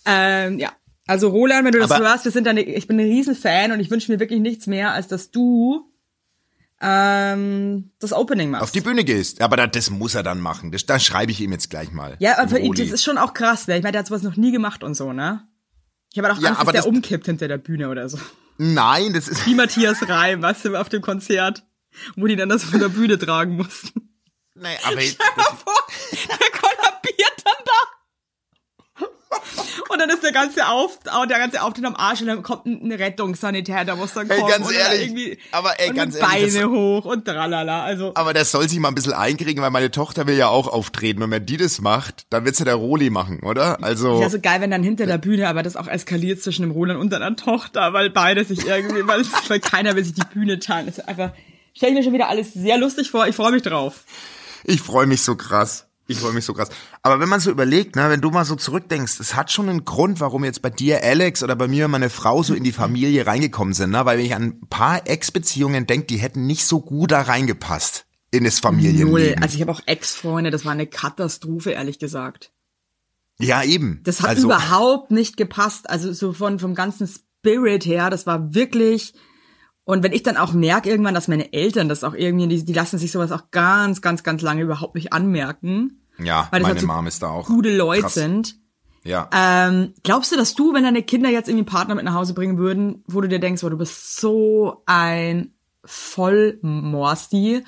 [SPEAKER 3] Ähm, ja, Also Roland, wenn du das
[SPEAKER 2] Aber-
[SPEAKER 3] hörst, wir sind deine, ich bin ein Riesenfan und ich wünsche mir wirklich nichts mehr, als dass du ähm, das Opening machst.
[SPEAKER 2] Auf die Bühne gehst. Aber das, das muss er dann machen. Das, das schreibe ich ihm jetzt gleich mal.
[SPEAKER 3] ja, aber
[SPEAKER 2] Dem
[SPEAKER 3] für ihn,
[SPEAKER 2] Oli.
[SPEAKER 3] das ist schon auch krass, ne? Ich meine, der hat sowas noch nie gemacht und so, ne? Ich habe auch Angst,
[SPEAKER 2] Ja, aber
[SPEAKER 3] dass
[SPEAKER 2] das-
[SPEAKER 3] der umkippt hinter der Bühne oder so.
[SPEAKER 2] Nein, das ist.
[SPEAKER 3] Wie Matthias Reim, weißt du, auf dem Konzert, wo die dann das von der Bühne tragen mussten.
[SPEAKER 2] Nein, aber
[SPEAKER 3] Stell dir mal vor, der kollabiert dann da. Und dann ist der ganze Auftritt, der ganze Auftritt am Arsch und dann kommt ein ein Rettungssanitär, der muss dann
[SPEAKER 2] Ey,
[SPEAKER 3] kommen.
[SPEAKER 2] ganz
[SPEAKER 3] und
[SPEAKER 2] ehrlich,
[SPEAKER 3] dann irgendwie,
[SPEAKER 2] aber ey,
[SPEAKER 3] und
[SPEAKER 2] ganz
[SPEAKER 3] Beine
[SPEAKER 2] ehrlich, das-
[SPEAKER 3] Beine hoch und tralala. Also,
[SPEAKER 2] Aber das soll sich mal ein bisschen einkriegen, weil meine Tochter will ja auch auftreten. Und wenn die das macht, dann wird's ja der Roli machen, oder? Also,
[SPEAKER 3] ja, so geil, wenn dann hinter der Bühne aber das auch eskaliert zwischen dem Roland und deiner Tochter, weil beide sich irgendwie, weil, weil keiner will sich die Bühne teilen. Das ist einfach, stelle ich mir schon wieder alles sehr lustig vor. Ich freue mich drauf.
[SPEAKER 2] ich freue mich so krass. Ich freue mich so krass. Aber wenn man so überlegt, ne, wenn du mal so zurückdenkst, es hat schon einen Grund, warum jetzt bei dir Alex oder bei mir meine Frau so in die Familie reingekommen sind, ne? Weil wenn ich an ein paar Ex-Beziehungen denk, die hätten nicht so gut da reingepasst in das
[SPEAKER 3] Null.
[SPEAKER 2] Familienleben.
[SPEAKER 3] Also ich habe auch Ex-Freunde, das war eine Katastrophe, ehrlich gesagt.
[SPEAKER 2] Ja, eben.
[SPEAKER 3] Das hat
[SPEAKER 2] also,
[SPEAKER 3] überhaupt nicht gepasst. Also so von vom ganzen Spirit her, das war wirklich. Und wenn ich dann auch merke irgendwann, dass meine Eltern das auch irgendwie, die, die lassen sich sowas auch ganz, ganz, ganz lange überhaupt nicht anmerken,
[SPEAKER 2] Ja,
[SPEAKER 3] weil das
[SPEAKER 2] meine
[SPEAKER 3] halt so
[SPEAKER 2] Mom ist da auch.
[SPEAKER 3] gute Leute
[SPEAKER 2] krass.
[SPEAKER 3] sind.
[SPEAKER 2] Ja.
[SPEAKER 3] Ähm, glaubst du, dass du, wenn deine Kinder jetzt irgendwie einen Partner mit nach Hause bringen würden, wo du dir denkst, boah, du bist so ein Vollmorsti,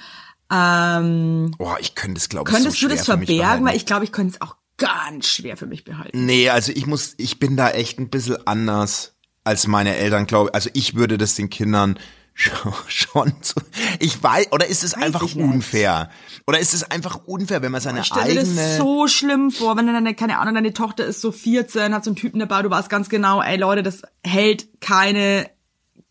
[SPEAKER 3] ähm,
[SPEAKER 2] Oh, ich könnte es, glaube ich,
[SPEAKER 3] könntest
[SPEAKER 2] so
[SPEAKER 3] du
[SPEAKER 2] schwer
[SPEAKER 3] das
[SPEAKER 2] für mich
[SPEAKER 3] verbergen?
[SPEAKER 2] behalten.
[SPEAKER 3] Weil ich glaube, ich könnte es auch ganz schwer für mich behalten.
[SPEAKER 2] Nee, also ich muss, ich bin da echt ein bisschen anders als meine Eltern, glaube ich. Also ich würde das den Kindern schon, schon zu, ich weiß, oder ist es einfach
[SPEAKER 3] ich nicht.
[SPEAKER 2] unfair? Oder ist es einfach unfair, wenn man seine
[SPEAKER 3] Ich stelle mir
[SPEAKER 2] eigene,
[SPEAKER 3] das so schlimm vor, wenn dann, keine Ahnung, deine Tochter ist so 14, hat so einen Typen dabei, du warst ganz genau, ey Leute, das hält keine,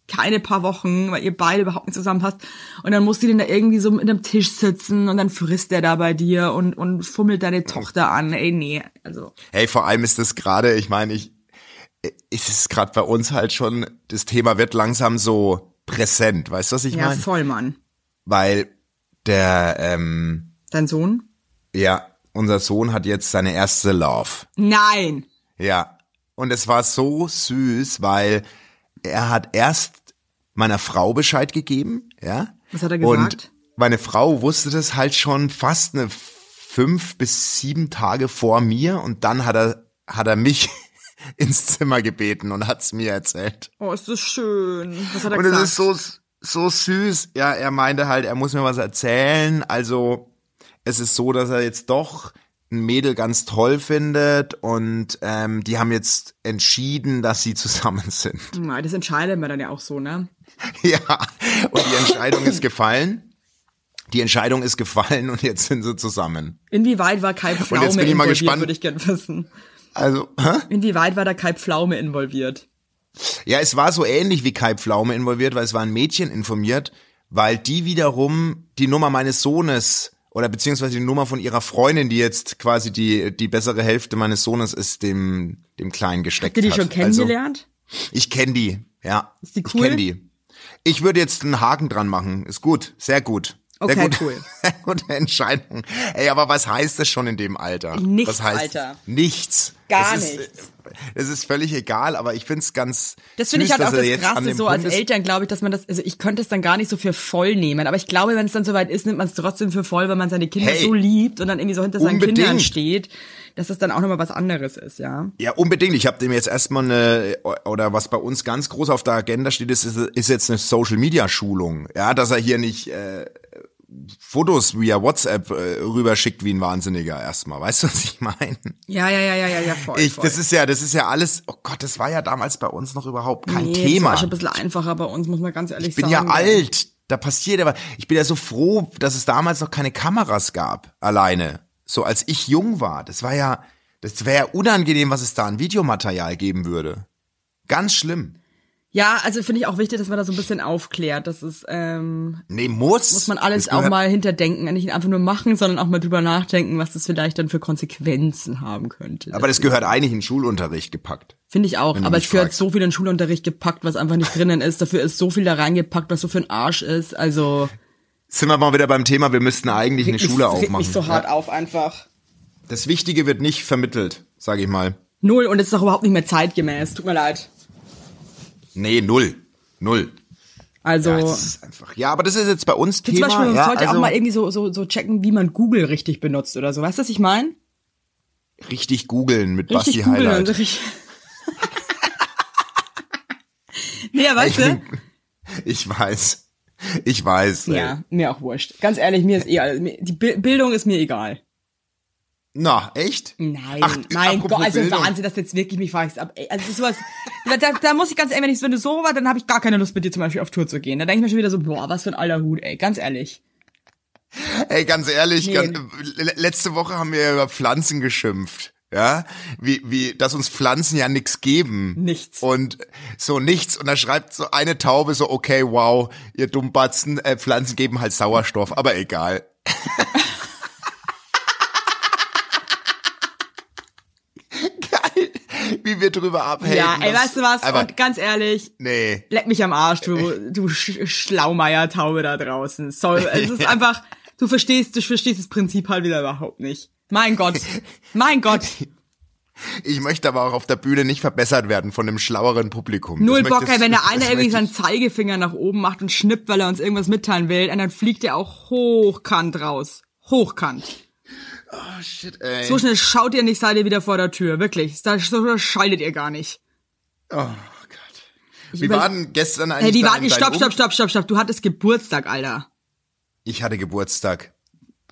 [SPEAKER 3] keine paar Wochen, weil ihr beide überhaupt nicht zusammenpasst. Und dann muss die denn da irgendwie so mit einem Tisch sitzen und dann frisst der da bei dir und, und fummelt deine Tochter an. Ey, nee, also.
[SPEAKER 2] hey, vor allem ist das gerade, ich meine, ich, ist es gerade bei uns halt schon, das Thema wird langsam so präsent, weißt du, was ich
[SPEAKER 3] Ja,
[SPEAKER 2] meine?
[SPEAKER 3] voll, Mann.
[SPEAKER 2] Weil der, ähm,
[SPEAKER 3] Dein Sohn?
[SPEAKER 2] ja, unser Sohn hat jetzt seine erste Love.
[SPEAKER 3] Nein!
[SPEAKER 2] Ja. Und es war so süß, weil er hat erst meiner Frau Bescheid gegeben, ja.
[SPEAKER 3] Was hat er
[SPEAKER 2] Und
[SPEAKER 3] gesagt?
[SPEAKER 2] meine Frau wusste das halt schon fast eine fünf bis sieben Tage vor mir und dann hat er, hat er mich ins Zimmer gebeten und hat's mir erzählt.
[SPEAKER 3] Oh, ist das schön. Was hat er
[SPEAKER 2] Und es
[SPEAKER 3] gesagt?
[SPEAKER 2] ist so, so süß. Ja, er meinte halt, er muss mir was erzählen. Also, es ist so, dass er jetzt doch ein Mädel ganz toll findet und ähm, die haben jetzt entschieden, dass sie zusammen sind.
[SPEAKER 3] Na, das entscheidet man dann ja auch so, ne?
[SPEAKER 2] ja, und die Entscheidung ist gefallen. Die Entscheidung ist gefallen und jetzt sind sie zusammen.
[SPEAKER 3] Inwieweit war Kai Pflaume
[SPEAKER 2] bin ich mal
[SPEAKER 3] involviert,
[SPEAKER 2] gespannt.
[SPEAKER 3] würde ich gerne wissen.
[SPEAKER 2] Also, hä?
[SPEAKER 3] Inwieweit war da Kai Pflaume involviert?
[SPEAKER 2] Ja, es war so ähnlich wie Kai Pflaume involviert, weil es war ein Mädchen informiert, weil die wiederum die Nummer meines Sohnes oder beziehungsweise die Nummer von ihrer Freundin, die jetzt quasi die, die bessere Hälfte meines Sohnes ist, dem, dem Kleinen gesteckt
[SPEAKER 3] Habt ihr die
[SPEAKER 2] hat.
[SPEAKER 3] schon kennengelernt?
[SPEAKER 2] Also, ich kenne die, ja. Ist
[SPEAKER 3] die
[SPEAKER 2] Ich
[SPEAKER 3] cool?
[SPEAKER 2] kenne die. Ich würde jetzt einen Haken dran machen. Ist gut, sehr gut. sehr
[SPEAKER 3] Okay,
[SPEAKER 2] gut.
[SPEAKER 3] cool.
[SPEAKER 2] Gute Entscheidung. Ey, aber was heißt das schon in dem Alter?
[SPEAKER 3] Nichts,
[SPEAKER 2] was heißt
[SPEAKER 3] Alter.
[SPEAKER 2] Nichts.
[SPEAKER 3] Gar
[SPEAKER 2] Es ist-
[SPEAKER 3] nichts.
[SPEAKER 2] Es ist völlig egal, aber ich find's ganz.
[SPEAKER 3] das finde ich
[SPEAKER 2] süß,
[SPEAKER 3] halt auch
[SPEAKER 2] dass er
[SPEAKER 3] das
[SPEAKER 2] jetzt an
[SPEAKER 3] Krasse
[SPEAKER 2] dem
[SPEAKER 3] so als
[SPEAKER 2] Punkt ist.
[SPEAKER 3] Eltern, glaube ich, dass man das, also ich könnte es dann gar nicht so für voll nehmen, aber ich glaube, wenn es dann soweit ist, nimmt man es trotzdem für voll, weil man seine Kinder
[SPEAKER 2] Hey.
[SPEAKER 3] so liebt und dann irgendwie so hinter seinen
[SPEAKER 2] Unbedingt.
[SPEAKER 3] Kindern steht, dass das dann auch nochmal was anderes ist, ja.
[SPEAKER 2] Ja, unbedingt. Ich habe dem jetzt erstmal eine, oder was bei uns ganz groß auf der Agenda steht, ist, ist ist jetzt eine Social-Media-Schulung. Ja, dass er hier nicht äh, Fotos via WhatsApp äh, rüberschickt wie ein Wahnsinniger erstmal. Weißt du, was ich meine?
[SPEAKER 3] Ja, ja, ja, ja, ja, ja, voll.
[SPEAKER 2] Ich,
[SPEAKER 3] voll.
[SPEAKER 2] das ist ja, das ist ja alles, oh Gott, das war ja damals bei uns noch überhaupt kein
[SPEAKER 3] Nee, das
[SPEAKER 2] Thema.
[SPEAKER 3] war schon ein bisschen einfacher bei uns, muss man ganz ehrlich
[SPEAKER 2] Ich bin
[SPEAKER 3] sagen.
[SPEAKER 2] ja alt. Da passiert aber. Ich bin ja so froh, dass es damals noch keine Kameras gab. Alleine. So als ich jung war. Das war ja, das wäre ja unangenehm, was es da an Videomaterial geben würde. Ganz schlimm.
[SPEAKER 3] Ja, also finde ich auch wichtig, dass man da so ein bisschen aufklärt. Das ist, ähm,
[SPEAKER 2] Nee, muss.
[SPEAKER 3] muss man alles
[SPEAKER 2] Das
[SPEAKER 3] auch
[SPEAKER 2] gehört-
[SPEAKER 3] mal hinterdenken, nicht einfach nur machen, sondern auch mal drüber nachdenken, was das vielleicht dann für Konsequenzen haben könnte.
[SPEAKER 2] Aber das gehört eigentlich in den Schulunterricht gepackt.
[SPEAKER 3] Finde ich auch,
[SPEAKER 2] Wenn du
[SPEAKER 3] aber
[SPEAKER 2] mich
[SPEAKER 3] es gehört
[SPEAKER 2] fragst.
[SPEAKER 3] so viel in den Schulunterricht gepackt, was einfach nicht drinnen ist. Dafür ist so viel da reingepackt, was so für ein Arsch ist. Also
[SPEAKER 2] Sind wir mal wieder beim Thema, wir müssten eigentlich eine Schule
[SPEAKER 3] es regt
[SPEAKER 2] aufmachen.
[SPEAKER 3] mich so hart
[SPEAKER 2] Ja.
[SPEAKER 3] auf einfach.
[SPEAKER 2] Das Wichtige wird nicht vermittelt, sage ich mal.
[SPEAKER 3] Null und es ist auch überhaupt nicht mehr zeitgemäß. Tut mir leid.
[SPEAKER 2] Nee, null. Null.
[SPEAKER 3] Also.
[SPEAKER 2] Ja, das ist einfach. Ja, aber das ist jetzt bei uns
[SPEAKER 3] Zum
[SPEAKER 2] Thema.
[SPEAKER 3] Beispiel, man
[SPEAKER 2] ja,
[SPEAKER 3] sollte
[SPEAKER 2] also
[SPEAKER 3] auch mal irgendwie so, so, so checken, wie man Google richtig benutzt oder so. Weißt du, was ich meine?
[SPEAKER 2] richtig googeln mit Basti
[SPEAKER 3] Richtig googeln und
[SPEAKER 2] Highlight.
[SPEAKER 3] so richtig. nee, aber weißt du?
[SPEAKER 2] Ich weiß. Ich weiß. ey.
[SPEAKER 3] Ja, mir auch wurscht. Ganz ehrlich, mir ist eh alles, mir- die Bi- Bildung ist mir egal.
[SPEAKER 2] Na, echt?
[SPEAKER 3] Nein,
[SPEAKER 2] Ach,
[SPEAKER 3] mein
[SPEAKER 2] apropos
[SPEAKER 3] Gott, also
[SPEAKER 2] Bildung.
[SPEAKER 3] Wahnsinn, dass du jetzt wirklich mich fragst. Ab- ey, Also sowas, da, da, da muss ich ganz ehrlich, wenn du so war, dann habe ich gar keine Lust mit dir zum Beispiel auf Tour zu gehen. Da denke ich mir schon wieder so, boah, was für ein alter Hut, ey, ganz ehrlich.
[SPEAKER 2] Ey, ganz ehrlich,
[SPEAKER 3] Nee.
[SPEAKER 2] ganz, le- letzte Woche haben wir über Pflanzen geschimpft. Ja, wie, wie, dass uns Pflanzen ja nichts geben.
[SPEAKER 3] Nichts.
[SPEAKER 2] Und so nichts. Und da schreibt so eine Taube so, okay, wow, ihr Dummbatzen, äh, Pflanzen geben halt Sauerstoff, aber egal. Geil, wie wir drüber abhängen.
[SPEAKER 3] ja, ey, weißt du was?
[SPEAKER 2] Aber
[SPEAKER 3] Und ganz ehrlich,
[SPEAKER 2] nee.
[SPEAKER 3] leck mich am Arsch, du, du Sch Schlaumeier-Taube da draußen. Sorry, es ist einfach, du verstehst, du verstehst das Prinzip halt wieder überhaupt nicht. Mein Gott, mein Gott,
[SPEAKER 2] Ich möchte aber auch auf der Bühne nicht verbessert werden von einem schlaueren Publikum.
[SPEAKER 3] null
[SPEAKER 2] Das
[SPEAKER 3] Bock,
[SPEAKER 2] möchte-
[SPEAKER 3] ey, wenn der
[SPEAKER 2] das
[SPEAKER 3] eine
[SPEAKER 2] möchte
[SPEAKER 3] irgendwie
[SPEAKER 2] ich-
[SPEAKER 3] seinen Zeigefinger nach oben macht und schnippt, weil er uns irgendwas mitteilen will, und dann fliegt er auch hochkant raus. Hochkant.
[SPEAKER 2] Oh, shit, ey.
[SPEAKER 3] So schnell schaut ihr nicht, seid ihr wieder vor der Tür. Wirklich. Da, so schnell scheidet ihr gar nicht.
[SPEAKER 2] Oh Gott. Wir
[SPEAKER 3] überle-
[SPEAKER 2] waren gestern eigentlich.
[SPEAKER 3] Hey, die
[SPEAKER 2] da
[SPEAKER 3] warten,
[SPEAKER 2] in deinem
[SPEAKER 3] stopp,
[SPEAKER 2] Um-
[SPEAKER 3] stopp, stopp, stopp, stopp. Du hattest Geburtstag, Alter.
[SPEAKER 2] Ich hatte Geburtstag.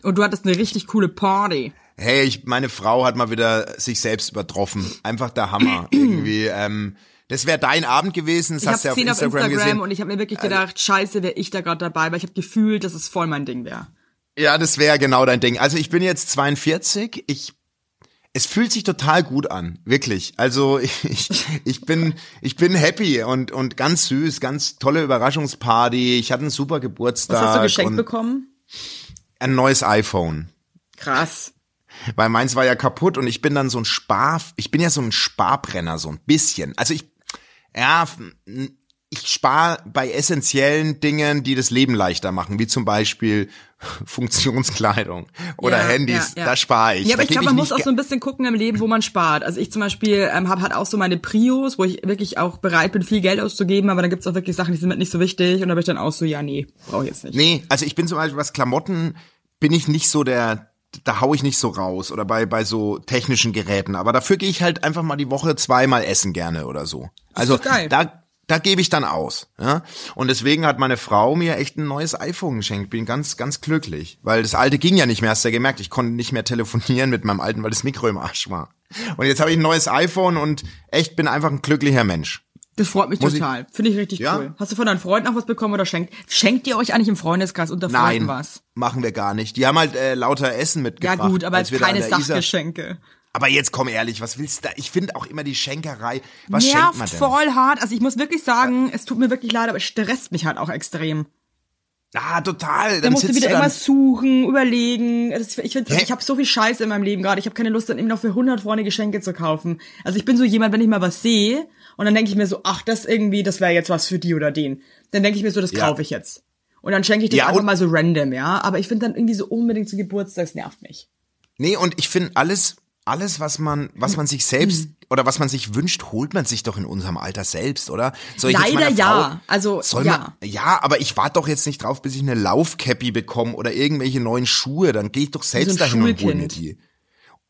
[SPEAKER 3] Und du hattest eine richtig coole Party.
[SPEAKER 2] Hey, ich, meine Frau hat mal wieder sich selbst übertroffen. Einfach der Hammer. Irgendwie, ähm, das wäre dein Abend gewesen. Das
[SPEAKER 3] Ich habe
[SPEAKER 2] hast du ja auf
[SPEAKER 3] gesehen auf
[SPEAKER 2] Instagram,
[SPEAKER 3] Instagram,
[SPEAKER 2] gesehen. Also-
[SPEAKER 3] und ich habe mir wirklich gedacht, scheiße, wäre ich da gerade dabei, weil ich habe gefühlt, dass es voll mein Ding wäre.
[SPEAKER 2] ja, das wäre genau dein Ding. Also ich bin jetzt 42. Ich, es fühlt sich total gut an. Wirklich. Also ich, ich bin, ich bin happy und, und ganz süß. Ganz tolle Überraschungsparty. Ich hatte einen super Geburtstag.
[SPEAKER 3] Was hast du geschenkt
[SPEAKER 2] und
[SPEAKER 3] bekommen?
[SPEAKER 2] Ein neues iPhone.
[SPEAKER 3] Krass.
[SPEAKER 2] Weil meins war ja kaputt und ich bin dann so ein Spar, ich bin ja so ein Sparbrenner, so ein bisschen. Also ich, ja, f- n- ich spare bei essentiellen Dingen, die das Leben leichter machen, wie zum Beispiel Funktionskleidung oder
[SPEAKER 3] Ja,
[SPEAKER 2] Handys,
[SPEAKER 3] ja, ja.
[SPEAKER 2] da spare ich.
[SPEAKER 3] Ja,
[SPEAKER 2] Da
[SPEAKER 3] aber ich
[SPEAKER 2] geb
[SPEAKER 3] glaube, man muss
[SPEAKER 2] nicht
[SPEAKER 3] auch
[SPEAKER 2] ge-
[SPEAKER 3] so ein bisschen gucken im Leben, wo man spart. Also ich zum Beispiel ähm, habe halt auch so meine Prios, wo ich wirklich auch bereit bin, viel Geld auszugeben, aber dann gibt's auch wirklich Sachen, die sind mir nicht so wichtig und da bin ich dann auch so, ja, nee, brauche ich jetzt nicht.
[SPEAKER 2] Nee, also ich bin zum Beispiel, was Klamotten, bin ich nicht so der, da hau ich nicht so raus oder bei, bei so technischen Geräten. Aber dafür gehe ich halt einfach mal die Woche zweimal essen gerne oder so. Also
[SPEAKER 3] doch geil.
[SPEAKER 2] da, da gebe ich dann aus. Ja? Und deswegen hat meine Frau mir echt ein neues iPhone geschenkt. Bin ganz, ganz glücklich. Weil das alte ging ja nicht mehr, hast du ja gemerkt. Ich konnte nicht mehr telefonieren mit meinem alten, weil das Mikro im Arsch war. Und jetzt habe ich ein neues iPhone und echt bin einfach ein glücklicher Mensch.
[SPEAKER 3] Das freut mich
[SPEAKER 2] Muss ich-
[SPEAKER 3] total. Finde ich richtig
[SPEAKER 2] Ja?
[SPEAKER 3] cool. Hast du von deinen Freunden auch was bekommen oder schenkt? Schenkt ihr euch eigentlich im Freundeskreis unter
[SPEAKER 2] Nein,
[SPEAKER 3] Freunden was?
[SPEAKER 2] machen wir gar nicht. Die haben halt äh, lauter Essen
[SPEAKER 3] Ja
[SPEAKER 2] mitgebracht.
[SPEAKER 3] gut, aber
[SPEAKER 2] als
[SPEAKER 3] jetzt
[SPEAKER 2] wir da an
[SPEAKER 3] keine
[SPEAKER 2] der Isar-
[SPEAKER 3] Sachgeschenke.
[SPEAKER 2] Aber jetzt komm ehrlich, was willst du da? Ich finde auch immer die Schenkerei. Was schenkt man
[SPEAKER 3] nervt
[SPEAKER 2] denn?
[SPEAKER 3] voll hart. Also ich muss wirklich sagen, es tut mir wirklich leid, aber es stresst mich halt auch extrem.
[SPEAKER 2] Ah, total.
[SPEAKER 3] Da
[SPEAKER 2] Dann
[SPEAKER 3] musst du
[SPEAKER 2] sitzt
[SPEAKER 3] wieder
[SPEAKER 2] du dann,
[SPEAKER 3] irgendwas suchen, überlegen. Das, ich find-
[SPEAKER 2] Hä?
[SPEAKER 3] ich habe so viel Scheiße in meinem Leben gerade. Ich habe keine Lust, dann eben noch für 100 Freunde Geschenke zu kaufen. Also ich bin so jemand, wenn ich mal was sehe und dann denke ich mir so, ach, das irgendwie, das wäre jetzt was für die oder den. Dann denke ich mir so, das
[SPEAKER 2] Ja.
[SPEAKER 3] kaufe ich jetzt. Und dann schenke ich das
[SPEAKER 2] Ja,
[SPEAKER 3] einfach
[SPEAKER 2] und-
[SPEAKER 3] mal so random, ja. Aber ich finde dann irgendwie so unbedingt zu Geburtstag, das nervt mich.
[SPEAKER 2] Nee, und ich finde alles, alles, was man, was man sich selbst
[SPEAKER 3] Mhm.
[SPEAKER 2] oder was man sich wünscht, holt man sich doch in unserem Alter selbst, oder? Soll ich jetzt
[SPEAKER 3] Leider
[SPEAKER 2] meiner
[SPEAKER 3] ja. Also
[SPEAKER 2] Soll
[SPEAKER 3] ja.
[SPEAKER 2] man, ja, aber ich warte doch jetzt nicht drauf, bis ich eine Laufcappy bekomme oder irgendwelche neuen Schuhe. Dann gehe ich doch selbst
[SPEAKER 3] ein
[SPEAKER 2] dahin und hole mir
[SPEAKER 3] Schulkind.
[SPEAKER 2] die.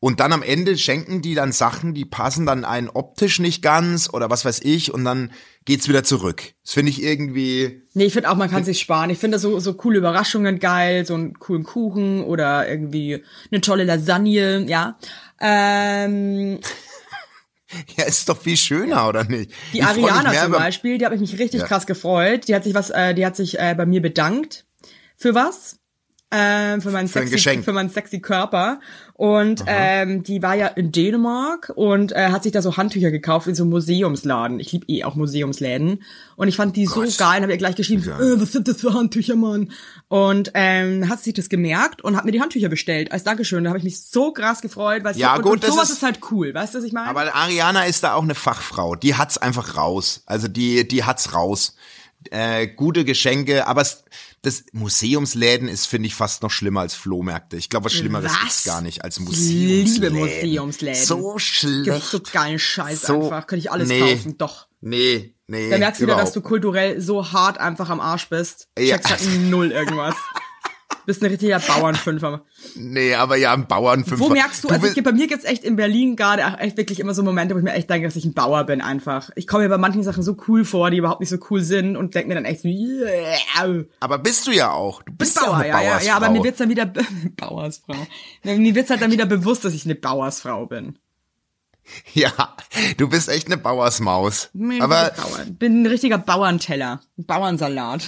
[SPEAKER 2] Und dann am Ende schenken die dann Sachen, die passen dann einen optisch nicht ganz oder was weiß ich und dann geht's wieder zurück. Das finde ich irgendwie,
[SPEAKER 3] Nee, ich finde auch, man kann sich sparen. Ich finde so, so coole Überraschungen geil, so einen coolen Kuchen oder irgendwie eine tolle Lasagne, ja. Ähm,
[SPEAKER 2] ja, ist doch viel schöner, oder nicht?
[SPEAKER 3] die
[SPEAKER 2] Ich freu mich
[SPEAKER 3] Ariana
[SPEAKER 2] mehr
[SPEAKER 3] zum
[SPEAKER 2] über-
[SPEAKER 3] Beispiel, die hat mich richtig krass gefreut. Die hat sich was, äh, die hat sich äh, bei mir bedankt. Für was? Ähm, für meinen
[SPEAKER 2] Für ein
[SPEAKER 3] sexy,
[SPEAKER 2] Geschenk.
[SPEAKER 3] für meinen sexy Körper. Und ähm, die war ja in Dänemark und äh, hat sich da so Handtücher gekauft in so einem Museumsladen. Ich liebe eh auch Museumsläden. Und ich fand die
[SPEAKER 2] Gott.
[SPEAKER 3] so geil und habe ihr gleich geschrieben,
[SPEAKER 2] Ja.
[SPEAKER 3] äh, was sind das für Handtücher, Mann? Und ähm, hat sich das gemerkt und hat mir die Handtücher bestellt als Dankeschön. Da habe ich mich so krass gefreut, weil
[SPEAKER 2] Ja,
[SPEAKER 3] so,
[SPEAKER 2] gut,
[SPEAKER 3] und, und
[SPEAKER 2] das
[SPEAKER 3] sowas
[SPEAKER 2] ist-
[SPEAKER 3] ist, halt cool, weißt du, was ich meine?
[SPEAKER 2] Aber Ariana ist da auch eine Fachfrau. Die hat's einfach raus. Also die, die hat's raus. äh, gute Geschenke, aber es, das Museumsläden ist, finde ich, fast noch schlimmer als Flohmärkte. Ich glaube, was Schlimmeres
[SPEAKER 3] Was?
[SPEAKER 2] gibt's gar nicht als Museumsläden.
[SPEAKER 3] liebe Museumsläden.
[SPEAKER 2] So
[SPEAKER 3] Gibt's so
[SPEAKER 2] schlecht.
[SPEAKER 3] geilen Scheiß
[SPEAKER 2] So-
[SPEAKER 3] einfach. Könnte ich alles
[SPEAKER 2] nee.
[SPEAKER 3] kaufen, doch.
[SPEAKER 2] Nee, nee.
[SPEAKER 3] Da merkst du wieder, dass
[SPEAKER 2] überhaupt.
[SPEAKER 3] du kulturell so hart einfach am Arsch bist.
[SPEAKER 2] Ja.
[SPEAKER 3] Checkst halt null irgendwas. bist ein richtiger Bauernfünfer.
[SPEAKER 2] Nee, aber ja, ein Bauernfünfer.
[SPEAKER 3] Wo merkst du, also
[SPEAKER 2] bist-
[SPEAKER 3] ich, bei mir gibt's echt in Berlin gerade auch echt wirklich immer so Momente, wo ich mir echt denke, dass ich ein Bauer bin einfach. Ich komme mir bei manchen Sachen so cool vor, die überhaupt nicht so cool sind und denke mir dann echt so, yeah.
[SPEAKER 2] aber bist du ja auch. Du bist auch eine
[SPEAKER 3] ja, ja, ja, aber mir
[SPEAKER 2] Bauersfrau.
[SPEAKER 3] wird's dann wieder, Bauersfrau. Mir wird's halt dann wieder bewusst, dass ich eine Bauersfrau bin.
[SPEAKER 2] Ja, du bist echt eine Bauersmaus.
[SPEAKER 3] Bin
[SPEAKER 2] aber,
[SPEAKER 3] Bauern. bin ein richtiger Bauernteller, ein Bauernsalat.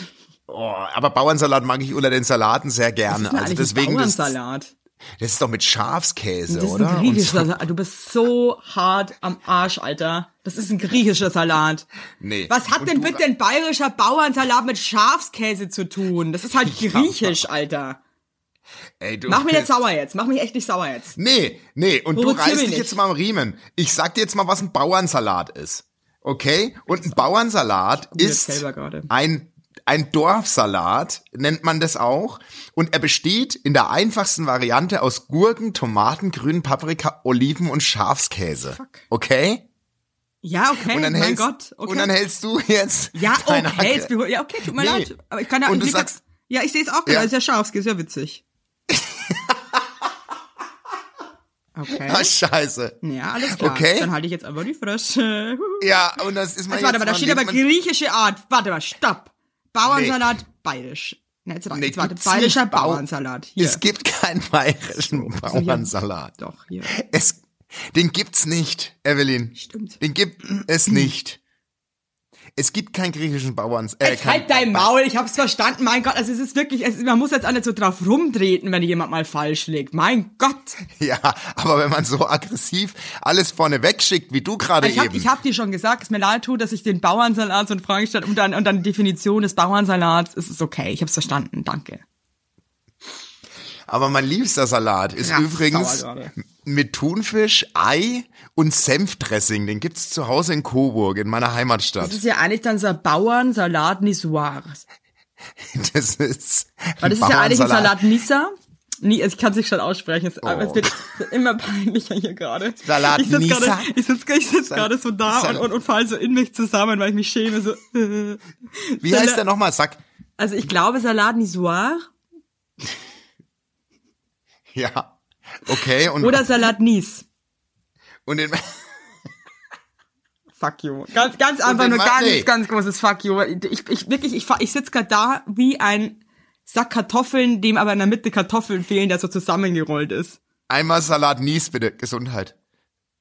[SPEAKER 2] oh, aber Bauernsalat mag ich unter den Salaten sehr gerne.
[SPEAKER 3] Was ist
[SPEAKER 2] Also
[SPEAKER 3] denn eigentlich ein
[SPEAKER 2] deswegen, das, das
[SPEAKER 3] Bauernsalat.
[SPEAKER 2] ist doch mit Schafskäse,
[SPEAKER 3] Das ist
[SPEAKER 2] oder?
[SPEAKER 3] ein
[SPEAKER 2] Und
[SPEAKER 3] griechischer Salat. Du bist so hart am Arsch, Alter. Das ist ein griechischer Salat.
[SPEAKER 2] Nee.
[SPEAKER 3] Was hat
[SPEAKER 2] Und
[SPEAKER 3] denn
[SPEAKER 2] du-
[SPEAKER 3] bitte ein bayerischer Bauernsalat mit Schafskäse zu tun? Das ist halt griechisch, Alter.
[SPEAKER 2] Ey, du
[SPEAKER 3] Mach mich nicht
[SPEAKER 2] bist-
[SPEAKER 3] sauer jetzt. Mach mich echt nicht sauer jetzt.
[SPEAKER 2] Nee, nee, und du
[SPEAKER 3] Provozier
[SPEAKER 2] reißt
[SPEAKER 3] mich
[SPEAKER 2] dich
[SPEAKER 3] nicht.
[SPEAKER 2] jetzt mal am Riemen. Ich sag dir jetzt mal, was ein Bauernsalat ist. Okay? Und ein Bauernsalat
[SPEAKER 3] mir
[SPEAKER 2] ist
[SPEAKER 3] selber gerade.
[SPEAKER 2] ein ein Dorfsalat nennt man das auch und er besteht in der einfachsten Variante aus Gurken, Tomaten, grünen Paprika, Oliven und Schafskäse. Okay?
[SPEAKER 3] Ja, okay.
[SPEAKER 2] Und dann
[SPEAKER 3] mein
[SPEAKER 2] hältst
[SPEAKER 3] Gott. Okay.
[SPEAKER 2] und dann hältst du jetzt
[SPEAKER 3] ja,
[SPEAKER 2] deine
[SPEAKER 3] okay. Jetzt
[SPEAKER 2] Hacke.
[SPEAKER 3] beho- ja, okay. Tut mir
[SPEAKER 2] Nee.
[SPEAKER 3] leid. Aber ich kann ja
[SPEAKER 2] Und du
[SPEAKER 3] ich-
[SPEAKER 2] sagst-
[SPEAKER 3] Ja, ich sehe es auch gerade.
[SPEAKER 2] Ja.
[SPEAKER 3] Das ist ja Schafskäse. Ist ja witzig. Okay.
[SPEAKER 2] Ah, scheiße.
[SPEAKER 3] Ja, alles klar.
[SPEAKER 2] Okay.
[SPEAKER 3] Dann halte ich jetzt einfach die Fresse.
[SPEAKER 2] Ja, und das ist man
[SPEAKER 3] Jetzt, warte mal, da
[SPEAKER 2] man
[SPEAKER 3] steht aber
[SPEAKER 2] lebt man-
[SPEAKER 3] griechische Art. Warte mal, stopp. Bauernsalat bayerisch. Na, jetzt, warte,
[SPEAKER 2] Nee,
[SPEAKER 3] jetzt warte,
[SPEAKER 2] gibt's
[SPEAKER 3] bayerischer
[SPEAKER 2] nicht. Bau-
[SPEAKER 3] Bauernsalat. Hier.
[SPEAKER 2] Es gibt keinen bayerischen Bauernsalat.
[SPEAKER 3] Doch, hier.
[SPEAKER 2] Es, den gibt's nicht, Evelyn.
[SPEAKER 3] Stimmt.
[SPEAKER 2] Den gibt es nicht. Es gibt keinen griechischen Bauern. Äh,
[SPEAKER 3] Jetzt
[SPEAKER 2] kein-
[SPEAKER 3] halt dein Maul, ich hab's verstanden. Mein Gott, also es ist wirklich, es ist, man muss jetzt auch nicht so drauf rumtreten, wenn jemand mal falsch liegt. Mein Gott.
[SPEAKER 2] Ja, aber wenn man so aggressiv alles vorne wegschickt, wie du gerade
[SPEAKER 3] Also ich, hab,
[SPEAKER 2] eben.
[SPEAKER 3] ich hab dir schon gesagt, es mir leid tut, dass ich den Bauernsalat so in Frage stelle und dann, und dann die Definition des Bauernsalats. Es ist okay, ich hab's verstanden, danke.
[SPEAKER 2] aber mein liebster Salat ist
[SPEAKER 3] Krass,
[SPEAKER 2] übrigens
[SPEAKER 3] sauer gerade.
[SPEAKER 2] mit Thunfisch, Ei und Senfdressing. Den gibt's zu Hause in Coburg, in meiner Heimatstadt.
[SPEAKER 3] Das ist ja eigentlich dann so ein Bauernsalat Nisoires.
[SPEAKER 2] Das ist.
[SPEAKER 3] Weil das ist ja eigentlich ein
[SPEAKER 2] Bauernsalat.
[SPEAKER 3] Salat Nisa. Nie, also ich kann es nicht schon aussprechen. Es, aber es
[SPEAKER 2] Oh.
[SPEAKER 3] wird immer peinlicher hier gerade.
[SPEAKER 2] Salat
[SPEAKER 3] ich sitz
[SPEAKER 2] Nisa?
[SPEAKER 3] Gerade, ich sitze sitz gerade so da und,
[SPEAKER 2] Salat-
[SPEAKER 3] und, und falle so in mich zusammen, weil ich mich schäme. So. äh.
[SPEAKER 2] Wie heißt der nochmal? Sag.
[SPEAKER 3] Also ich glaube Salat Nisoir
[SPEAKER 2] Ja. Okay, und,
[SPEAKER 3] oder Salat Nis.
[SPEAKER 2] und den.
[SPEAKER 3] Fuck you. Ganz, ganz einfach
[SPEAKER 2] den
[SPEAKER 3] nur
[SPEAKER 2] Ma-
[SPEAKER 3] ganz,
[SPEAKER 2] nee.
[SPEAKER 3] ganz großes Fuck you. Ich, ich wirklich, ich, fa- ich sitze gerade da wie ein Sack Kartoffeln, dem aber in der Mitte Kartoffeln fehlen, der so zusammengerollt ist.
[SPEAKER 2] Einmal Salat Nies, bitte. Gesundheit.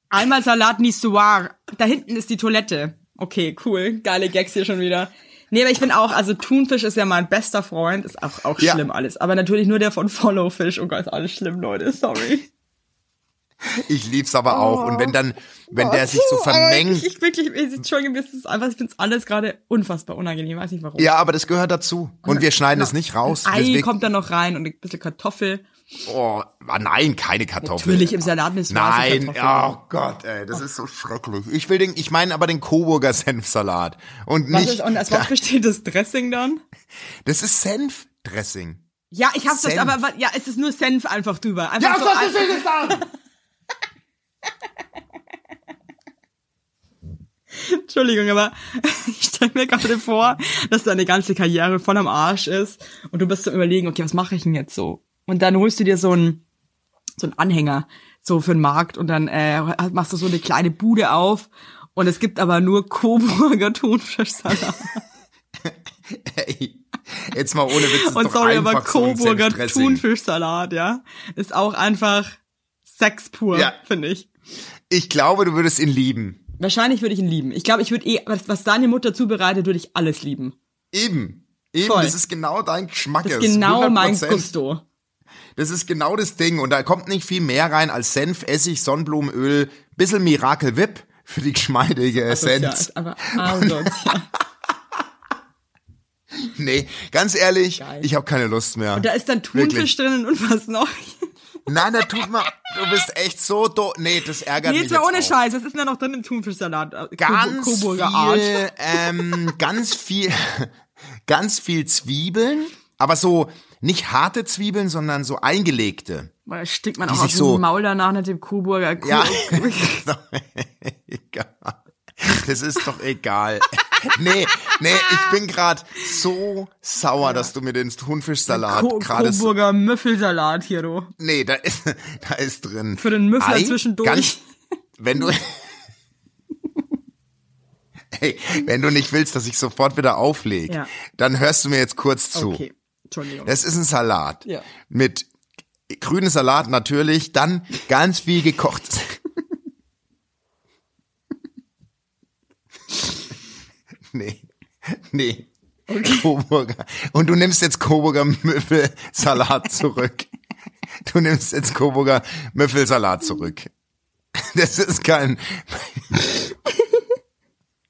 [SPEAKER 3] Einmal Salat Nisoir. Da hinten ist die Toilette. Okay, cool. Geile Gags hier schon wieder. Nee, aber ich bin auch, also Thunfisch ist ja mein bester Freund, ist auch, auch
[SPEAKER 2] Ja.
[SPEAKER 3] schlimm alles. Aber natürlich nur der von Followfish. Oh Gott, ist alles schlimm, Leute. Sorry.
[SPEAKER 2] Ich lieb's aber auch. Und wenn dann, wenn der sich so
[SPEAKER 3] Puh, aber
[SPEAKER 2] vermengt.
[SPEAKER 3] Ich, ich wirklich, ich, Entschuldigung, mir ist es einfach, ich find's alles gerade unfassbar unangenehm. Ich weiß nicht warum.
[SPEAKER 2] Ja, aber das gehört dazu. Und wir schneiden es nicht raus.
[SPEAKER 3] Genau. Ei
[SPEAKER 2] Deswegen,
[SPEAKER 3] kommt da noch rein und ein bisschen Kartoffel.
[SPEAKER 2] oh, ah, nein, keine Kartoffeln.
[SPEAKER 3] Natürlich im Salat ist
[SPEAKER 2] Nein, oh Gott, ey, das ist so schrecklich. Ich will den, ich meine aber den Coburger Senfsalat. Und
[SPEAKER 3] Was
[SPEAKER 2] nicht,
[SPEAKER 3] ist, und aus was besteht das Dressing dann?
[SPEAKER 2] das ist Senfdressing.
[SPEAKER 3] Ja, ich hab's das,
[SPEAKER 2] Senf.
[SPEAKER 3] aber ja, es ist nur Senf einfach drüber. Einfach so ein-
[SPEAKER 2] es dann?
[SPEAKER 3] Entschuldigung, aber ich stelle mir gerade vor, dass deine ganze Karriere voll am Arsch ist und du bist zum überlegen, okay, was mache ich denn jetzt so? Und dann holst du dir so einen so einen Anhänger so für den Markt und dann äh, machst du so eine kleine Bude auf und es gibt aber nur Coburger Thunfischsalat.
[SPEAKER 2] Ey, jetzt mal ohne Witz. das Ist
[SPEAKER 3] Und
[SPEAKER 2] doch
[SPEAKER 3] sorry, aber
[SPEAKER 2] einfach so ein
[SPEAKER 3] Coburger
[SPEAKER 2] Senfdressing.
[SPEAKER 3] Thunfischsalat, ja, ist auch einfach Sex pur,
[SPEAKER 2] Ja.
[SPEAKER 3] finde ich.
[SPEAKER 2] Ich glaube, du würdest ihn lieben.
[SPEAKER 3] Wahrscheinlich würde ich ihn lieben. Ich glaube, ich würde eh, was, was deine Mutter zubereitet, würde ich alles lieben.
[SPEAKER 2] Eben. Eben,
[SPEAKER 3] Voll.
[SPEAKER 2] das ist genau dein Geschmack.
[SPEAKER 3] Das ist genau mein
[SPEAKER 2] 100%.
[SPEAKER 3] Gusto.
[SPEAKER 2] Das ist genau das Ding. Und da kommt nicht viel mehr rein als Senf, Essig, Sonnenblumenöl, bisschen Miracle Whip für die geschmeidige
[SPEAKER 3] Ja,
[SPEAKER 2] Essenz.
[SPEAKER 3] ist aber ah, asozial.
[SPEAKER 2] Nee, ganz ehrlich,
[SPEAKER 3] Geil.
[SPEAKER 2] ich habe keine Lust mehr.
[SPEAKER 3] Und da ist dann Thunfisch
[SPEAKER 2] Wirklich.
[SPEAKER 3] drinnen und was noch.
[SPEAKER 2] Nein, da tut man, du bist echt so do. Nee, das ärgert
[SPEAKER 3] Nee,
[SPEAKER 2] mich
[SPEAKER 3] jetzt mal ohne
[SPEAKER 2] jetzt auch.
[SPEAKER 3] Scheiß. Was ist denn da noch drin im Thunfischsalat? Äh,
[SPEAKER 2] Ganz
[SPEAKER 3] Coburger
[SPEAKER 2] viel,
[SPEAKER 3] Art.
[SPEAKER 2] ähm, ganz viel, ganz viel Zwiebeln, aber so nicht harte Zwiebeln, sondern so eingelegte.
[SPEAKER 3] Weil stinkt man
[SPEAKER 2] Die
[SPEAKER 3] auch
[SPEAKER 2] sich
[SPEAKER 3] aus dem
[SPEAKER 2] so-
[SPEAKER 3] Maul danach nach dem Coburger Kuh.
[SPEAKER 2] Ja, Ist doch egal. Das ist doch egal. Nee, nee, ich bin gerade so sauer, dass du mir den Thunfischsalat
[SPEAKER 3] Ko
[SPEAKER 2] gerade so
[SPEAKER 3] Coburger Müffelsalat hier, du.
[SPEAKER 2] Nee, da ist, da ist drin.
[SPEAKER 3] Für den Müffler zwischendurch.
[SPEAKER 2] wenn du. Hey, wenn du nicht willst, dass ich sofort wieder auflege,
[SPEAKER 3] Ja.
[SPEAKER 2] dann hörst du mir jetzt kurz zu.
[SPEAKER 3] Okay, Entschuldigung.
[SPEAKER 2] Das ist ein Salat.
[SPEAKER 3] Ja.
[SPEAKER 2] Mit grünem Salat natürlich, dann ganz viel gekochtes. nee. Nee. Coburger. Und du nimmst jetzt Coburger Müffelsalat zurück. Du nimmst jetzt Coburger Müffelsalat zurück. Das ist kein.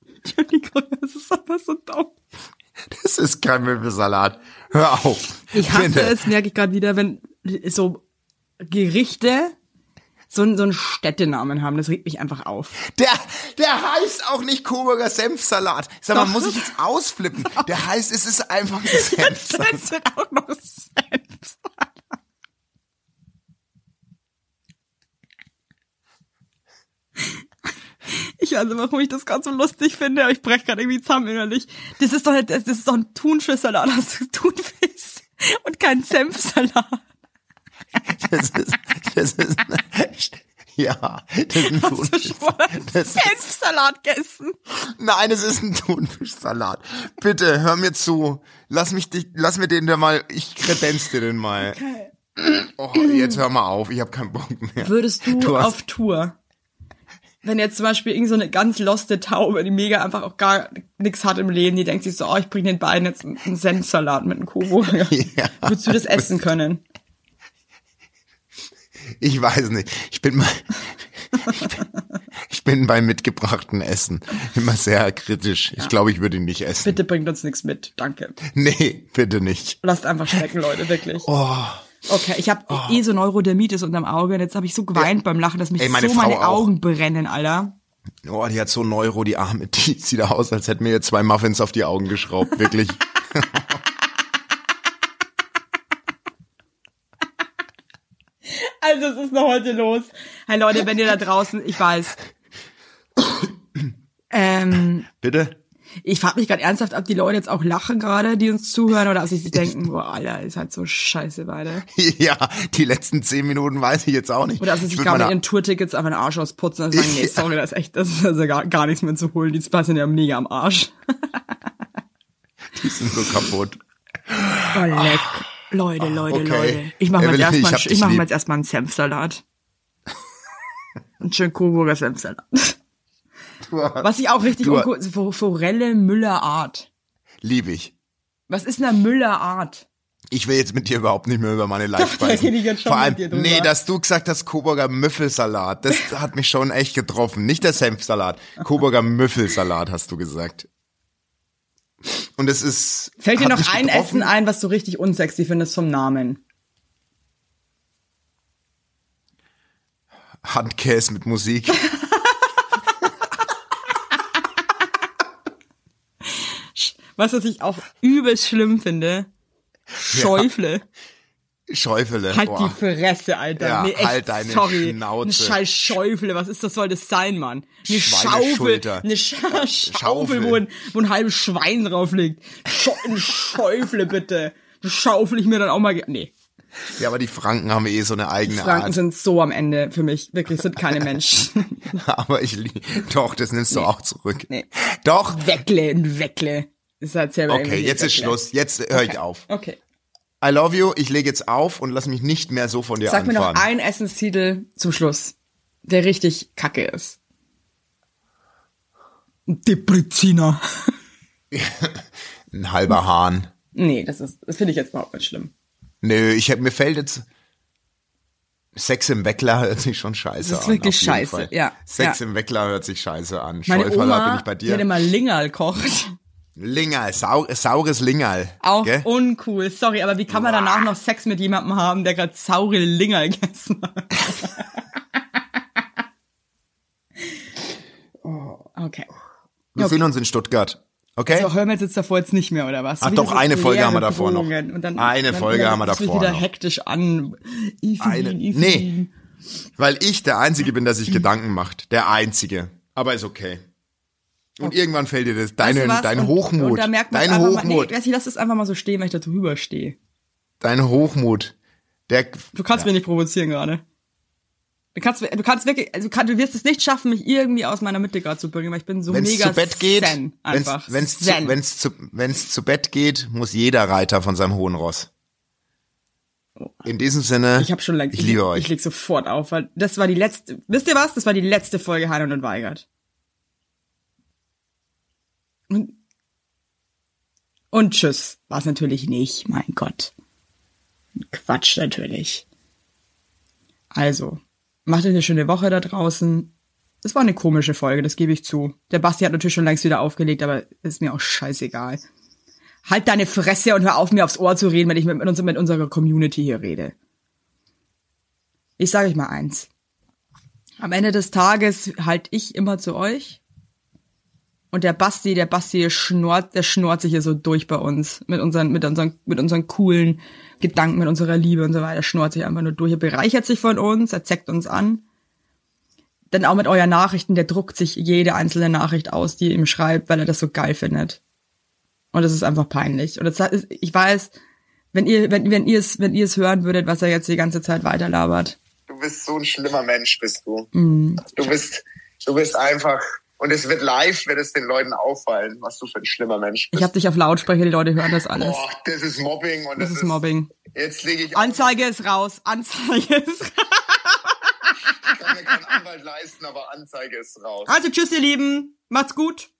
[SPEAKER 3] Entschuldigung, das ist aber so dumm.
[SPEAKER 2] Das ist kein Müffelsalat. Hör auf.
[SPEAKER 3] Ich hasse
[SPEAKER 2] Bitte.
[SPEAKER 3] es, merke ich gerade wieder, wenn so Gerichte so, einen- so einen Städtenamen haben. Das regt mich einfach auf.
[SPEAKER 2] Der, der heißt auch nicht Coburger Senfsalat. Sag mal,
[SPEAKER 3] Doch.
[SPEAKER 2] muss ich jetzt ausflippen? Der heißt, es ist einfach ein Senfsalat.
[SPEAKER 3] Das wird auch noch selbst. Ich weiß nicht, warum ich das gerade so lustig finde, aber ich breche gerade irgendwie zusammen innerlich. Das ist doch, nicht- das das ist doch ein Thunfischsalat, das ist Thunfisch und kein Senfsalat.
[SPEAKER 2] Das ist, das ist, ja, das ist ein
[SPEAKER 3] Hast du
[SPEAKER 2] Thunfisch.
[SPEAKER 3] schon mal einen
[SPEAKER 2] Das ist,
[SPEAKER 3] Senfsalat gegessen?
[SPEAKER 2] nein, es ist ein Thunfischsalat. Bitte, hör mir zu. Lass mich dich, lass mir den da mal, ich kredenz dir den mal. Oh, jetzt hör mal auf, ich habe keinen Bock mehr.
[SPEAKER 3] Würdest du,
[SPEAKER 2] Du hast-
[SPEAKER 3] auf Tour, wenn jetzt zum Beispiel irgend so eine ganz loste Taube, die mega einfach auch gar nix hat im Leben, die denkt sich so, oh, ich bringe den beiden jetzt einen Senfsalat mit einem Kubo.
[SPEAKER 2] Ja.
[SPEAKER 3] Würdest du das essen können?
[SPEAKER 2] Ich weiß nicht. Ich bin mal, ich bin, ich bin bei mitgebrachten Essen immer sehr kritisch. Ich glaube, ich würde ihn nicht essen.
[SPEAKER 3] Bitte bringt uns nichts mit, danke.
[SPEAKER 2] Nee, bitte nicht.
[SPEAKER 3] Lasst einfach schmecken, Leute, wirklich.
[SPEAKER 2] Oh,
[SPEAKER 3] Okay, ich habe eh so Neurodermitis unterm Auge und jetzt habe ich so geweint beim Lachen, dass mich
[SPEAKER 2] Ey, meine
[SPEAKER 3] so
[SPEAKER 2] Frau
[SPEAKER 3] meine
[SPEAKER 2] auch.
[SPEAKER 3] Augen brennen, Alter.
[SPEAKER 2] oh, die hat so Neuro, die Arme. Die sieht aus, als hätten mir jetzt zwei Muffins auf die Augen geschraubt. Wirklich.
[SPEAKER 3] Also, es ist noch heute los. Hey Leute, wenn ihr da draußen, ich weiß. Ähm,
[SPEAKER 2] Bitte?
[SPEAKER 3] Ich frage mich gerade ernsthaft, ob die Leute jetzt auch lachen gerade, die uns zuhören, oder ob sie sich denken, boah, Alter, ist halt so scheiße beide.
[SPEAKER 2] Ja, die letzten zehn Minuten weiß ich jetzt auch nicht.
[SPEAKER 3] Oder ob sie
[SPEAKER 2] Ich
[SPEAKER 3] sich
[SPEAKER 2] würd
[SPEAKER 3] gerade mit
[SPEAKER 2] meiner-
[SPEAKER 3] ihren Tourtickets einfach den Arsch ausputzen und sagen, nee,
[SPEAKER 2] Ja.
[SPEAKER 3] sorry, das ist echt, das ist also gar, gar nichts mehr zu holen. Die Spaß sind ja mega am Arsch.
[SPEAKER 2] die sind so kaputt.
[SPEAKER 3] Oh, leck. Leute, Leute,
[SPEAKER 2] Ah, okay.
[SPEAKER 3] Leute. Ich mache mir jetzt
[SPEAKER 2] Evelyn, ich
[SPEAKER 3] erstmal
[SPEAKER 2] hab
[SPEAKER 3] ich
[SPEAKER 2] dich
[SPEAKER 3] mach mir
[SPEAKER 2] lieb.
[SPEAKER 3] jetzt erstmal einen Senfsalat. Einen schönen Coburger Senfsalat. Was ich auch richtig
[SPEAKER 2] Du-
[SPEAKER 3] uncool, so Forelle Müller Art.
[SPEAKER 2] Lieb ich.
[SPEAKER 3] Was ist eine Müller Art?
[SPEAKER 2] Ich will jetzt mit dir überhaupt nicht mehr über meine Live
[SPEAKER 3] Doch, da
[SPEAKER 2] sprechen.
[SPEAKER 3] rede ich jetzt schon
[SPEAKER 2] Vor allem,
[SPEAKER 3] mit dir drüber.
[SPEAKER 2] nee, dass du gesagt hast, Coburger Müffelsalat, das hat mich schon echt getroffen. Nicht der Senfsalat, Coburger Müffelsalat hast du gesagt. Und es ist.
[SPEAKER 3] Fällt dir
[SPEAKER 2] hat
[SPEAKER 3] noch
[SPEAKER 2] mich
[SPEAKER 3] ein
[SPEAKER 2] getroffen.
[SPEAKER 3] Essen ein, was du richtig unsexy findest vom Namen?
[SPEAKER 2] Handkäse mit Musik.
[SPEAKER 3] Was, was ich auch übelst schlimm finde? Schäufle.
[SPEAKER 2] Schäufele.
[SPEAKER 3] Halt
[SPEAKER 2] Boah.
[SPEAKER 3] die Fresse, Alter.
[SPEAKER 2] Ja,
[SPEAKER 3] nee, echt,
[SPEAKER 2] halt deine
[SPEAKER 3] sorry.
[SPEAKER 2] Schnauze.
[SPEAKER 3] Eine scheiß Schäufle. Was ist das? Soll das sein, Mann? Eine Schaufel.
[SPEAKER 2] Schweineschulter.
[SPEAKER 3] Eine Sch Schaufel,
[SPEAKER 2] Schaufel.
[SPEAKER 3] wo ein, wo ein halbes Schwein drauf liegt. Sch eine Schäufle, bitte. Schaufel ich mir dann auch mal. ge- Nee.
[SPEAKER 2] Ja, aber die Franken haben eh so eine eigene
[SPEAKER 3] Franken
[SPEAKER 2] Art.
[SPEAKER 3] sind so am Ende für mich. Wirklich, sind keine Menschen.
[SPEAKER 2] Aber ich lieb. Doch, das nimmst du auch zurück.
[SPEAKER 3] Nee.
[SPEAKER 2] Doch.
[SPEAKER 3] Weckle, ein Weckle. Ist halt selber
[SPEAKER 2] Okay,
[SPEAKER 3] irgendwie
[SPEAKER 2] jetzt ist
[SPEAKER 3] Weckle.
[SPEAKER 2] Schluss. Jetzt höre ich auf.
[SPEAKER 3] Okay.
[SPEAKER 2] I love you. Ich lege jetzt auf und lass mich nicht mehr so von dir
[SPEAKER 3] Sag mir
[SPEAKER 2] anfahren.
[SPEAKER 3] noch einen Essenstitel zum Schluss, der richtig kacke ist. Depreziner.
[SPEAKER 2] Ein halber Hahn.
[SPEAKER 3] Nee, das ist, das finde ich jetzt überhaupt nicht schlimm.
[SPEAKER 2] Nö, ich hab, mir fällt jetzt Sex im Weckler hört sich schon scheiße
[SPEAKER 3] Das ist
[SPEAKER 2] an.
[SPEAKER 3] wirklich
[SPEAKER 2] auf jeden
[SPEAKER 3] scheiße,
[SPEAKER 2] Fall.
[SPEAKER 3] ja,
[SPEAKER 2] Sex
[SPEAKER 3] ja.
[SPEAKER 2] im Weckler hört sich scheiße an.
[SPEAKER 3] Meine
[SPEAKER 2] Schäuferler
[SPEAKER 3] Oma,
[SPEAKER 2] bin ich bei
[SPEAKER 3] die
[SPEAKER 2] dir.
[SPEAKER 3] hat immer Lingerl kocht.
[SPEAKER 2] Lingal, sau, saures Lingal.
[SPEAKER 3] Auch
[SPEAKER 2] gell?
[SPEAKER 3] uncool. Sorry, aber wie kann man danach noch Sex mit jemandem haben, der gerade saure Lingerl gegessen hat? oh, okay. Oh,
[SPEAKER 2] Wir sehen uns in Stuttgart. Okay?
[SPEAKER 3] Also Hörmel sitzt davor jetzt nicht mehr, oder was?
[SPEAKER 2] Ach
[SPEAKER 3] Wie
[SPEAKER 2] doch,
[SPEAKER 3] das ist,
[SPEAKER 2] eine Folge
[SPEAKER 3] leere
[SPEAKER 2] haben wir davor noch.
[SPEAKER 3] Drohungen. Und dann,
[SPEAKER 2] Eine
[SPEAKER 3] dann
[SPEAKER 2] Folge
[SPEAKER 3] wieder,
[SPEAKER 2] haben wir
[SPEAKER 3] das wird
[SPEAKER 2] davor
[SPEAKER 3] wieder
[SPEAKER 2] noch.
[SPEAKER 3] hektisch an.
[SPEAKER 2] Eine-
[SPEAKER 3] Ifelin, Ifelin.
[SPEAKER 2] Nee. Weil ich der Einzige bin, der
[SPEAKER 3] Mhm.
[SPEAKER 2] sich Gedanken macht. Der Einzige. Aber ist okay. Und irgendwann fällt dir das, deine,
[SPEAKER 3] Weißt du was?
[SPEAKER 2] dein
[SPEAKER 3] Und-
[SPEAKER 2] Hochmut,
[SPEAKER 3] Und da merkt man
[SPEAKER 2] dein
[SPEAKER 3] einfach
[SPEAKER 2] Hochmut,
[SPEAKER 3] Mal, nee, ich lass das einfach mal so stehen, weil ich da drüber stehe.
[SPEAKER 2] dein Hochmut, der,
[SPEAKER 3] Du kannst mich nicht provozieren gerade. Du kannst, du kannst wirklich, also du kannst, du wirst es nicht schaffen, mich irgendwie aus meiner Mitte gerade zu bringen, weil ich bin so
[SPEAKER 2] wenn es
[SPEAKER 3] mega
[SPEAKER 2] zu Bett geht,
[SPEAKER 3] zen einfach.
[SPEAKER 2] wenn es zu,
[SPEAKER 3] Zen.
[SPEAKER 2] wenn's zu, wenn's zu Bett geht, muss jeder Reiter von seinem hohen Ross. In diesem Sinne,
[SPEAKER 3] ich habe schon längst,
[SPEAKER 2] ne? ich liebe euch.
[SPEAKER 3] Ich leg sofort auf, weil das war die letzte. Wisst ihr was? Das war die letzte Folge Heinon und Weigert. Und, und tschüss. War es natürlich nicht. Mein Gott. Quatsch natürlich. Also, macht euch eine schöne Woche da draußen. Es war eine komische Folge, das gebe ich zu. Der Basti hat natürlich schon längst wieder aufgelegt, aber ist mir auch scheißegal. Halt deine Fresse und hör auf, mir aufs Ohr zu reden, wenn ich mit, mit, uns, mit unserer Community hier rede. Ich sage euch mal eins. Am Ende des Tages halt ich immer zu euch. Und der Basti, der Basti schnort, der schnort sich hier so durch bei uns. Mit unseren, mit unseren, mit unseren coolen Gedanken, mit unserer Liebe und so weiter. Schnort sich einfach nur durch. Er bereichert sich von uns, er zeckt uns an. Dann auch mit euren Nachrichten, der druckt sich jede einzelne Nachricht aus, die ihr ihm schreibt, weil er das so geil findet. Und das ist einfach peinlich. Und das ist, ich weiß, wenn ihr, wenn, wenn ihr es, wenn ihr es hören würdet, was er jetzt die ganze Zeit weiterlabert.
[SPEAKER 4] du bist so ein schlimmer Mensch, bist du.
[SPEAKER 3] Mhm.
[SPEAKER 4] Du bist, du bist einfach, und es wird live, wird es den Leuten auffallen, was du für ein schlimmer Mensch
[SPEAKER 3] Ich
[SPEAKER 4] bist.
[SPEAKER 3] habe dich auf Lautsprecher, die Leute hören das alles.
[SPEAKER 4] Boah, das ist Mobbing und
[SPEAKER 3] das
[SPEAKER 4] das,
[SPEAKER 3] ist Mobbing.
[SPEAKER 4] Jetzt lege ich an.
[SPEAKER 3] Anzeige ist raus, Anzeige ist raus.
[SPEAKER 4] Ich kann mir keinen Anwalt leisten, aber Anzeige ist raus.
[SPEAKER 3] Also tschüss, ihr Lieben. Macht's gut.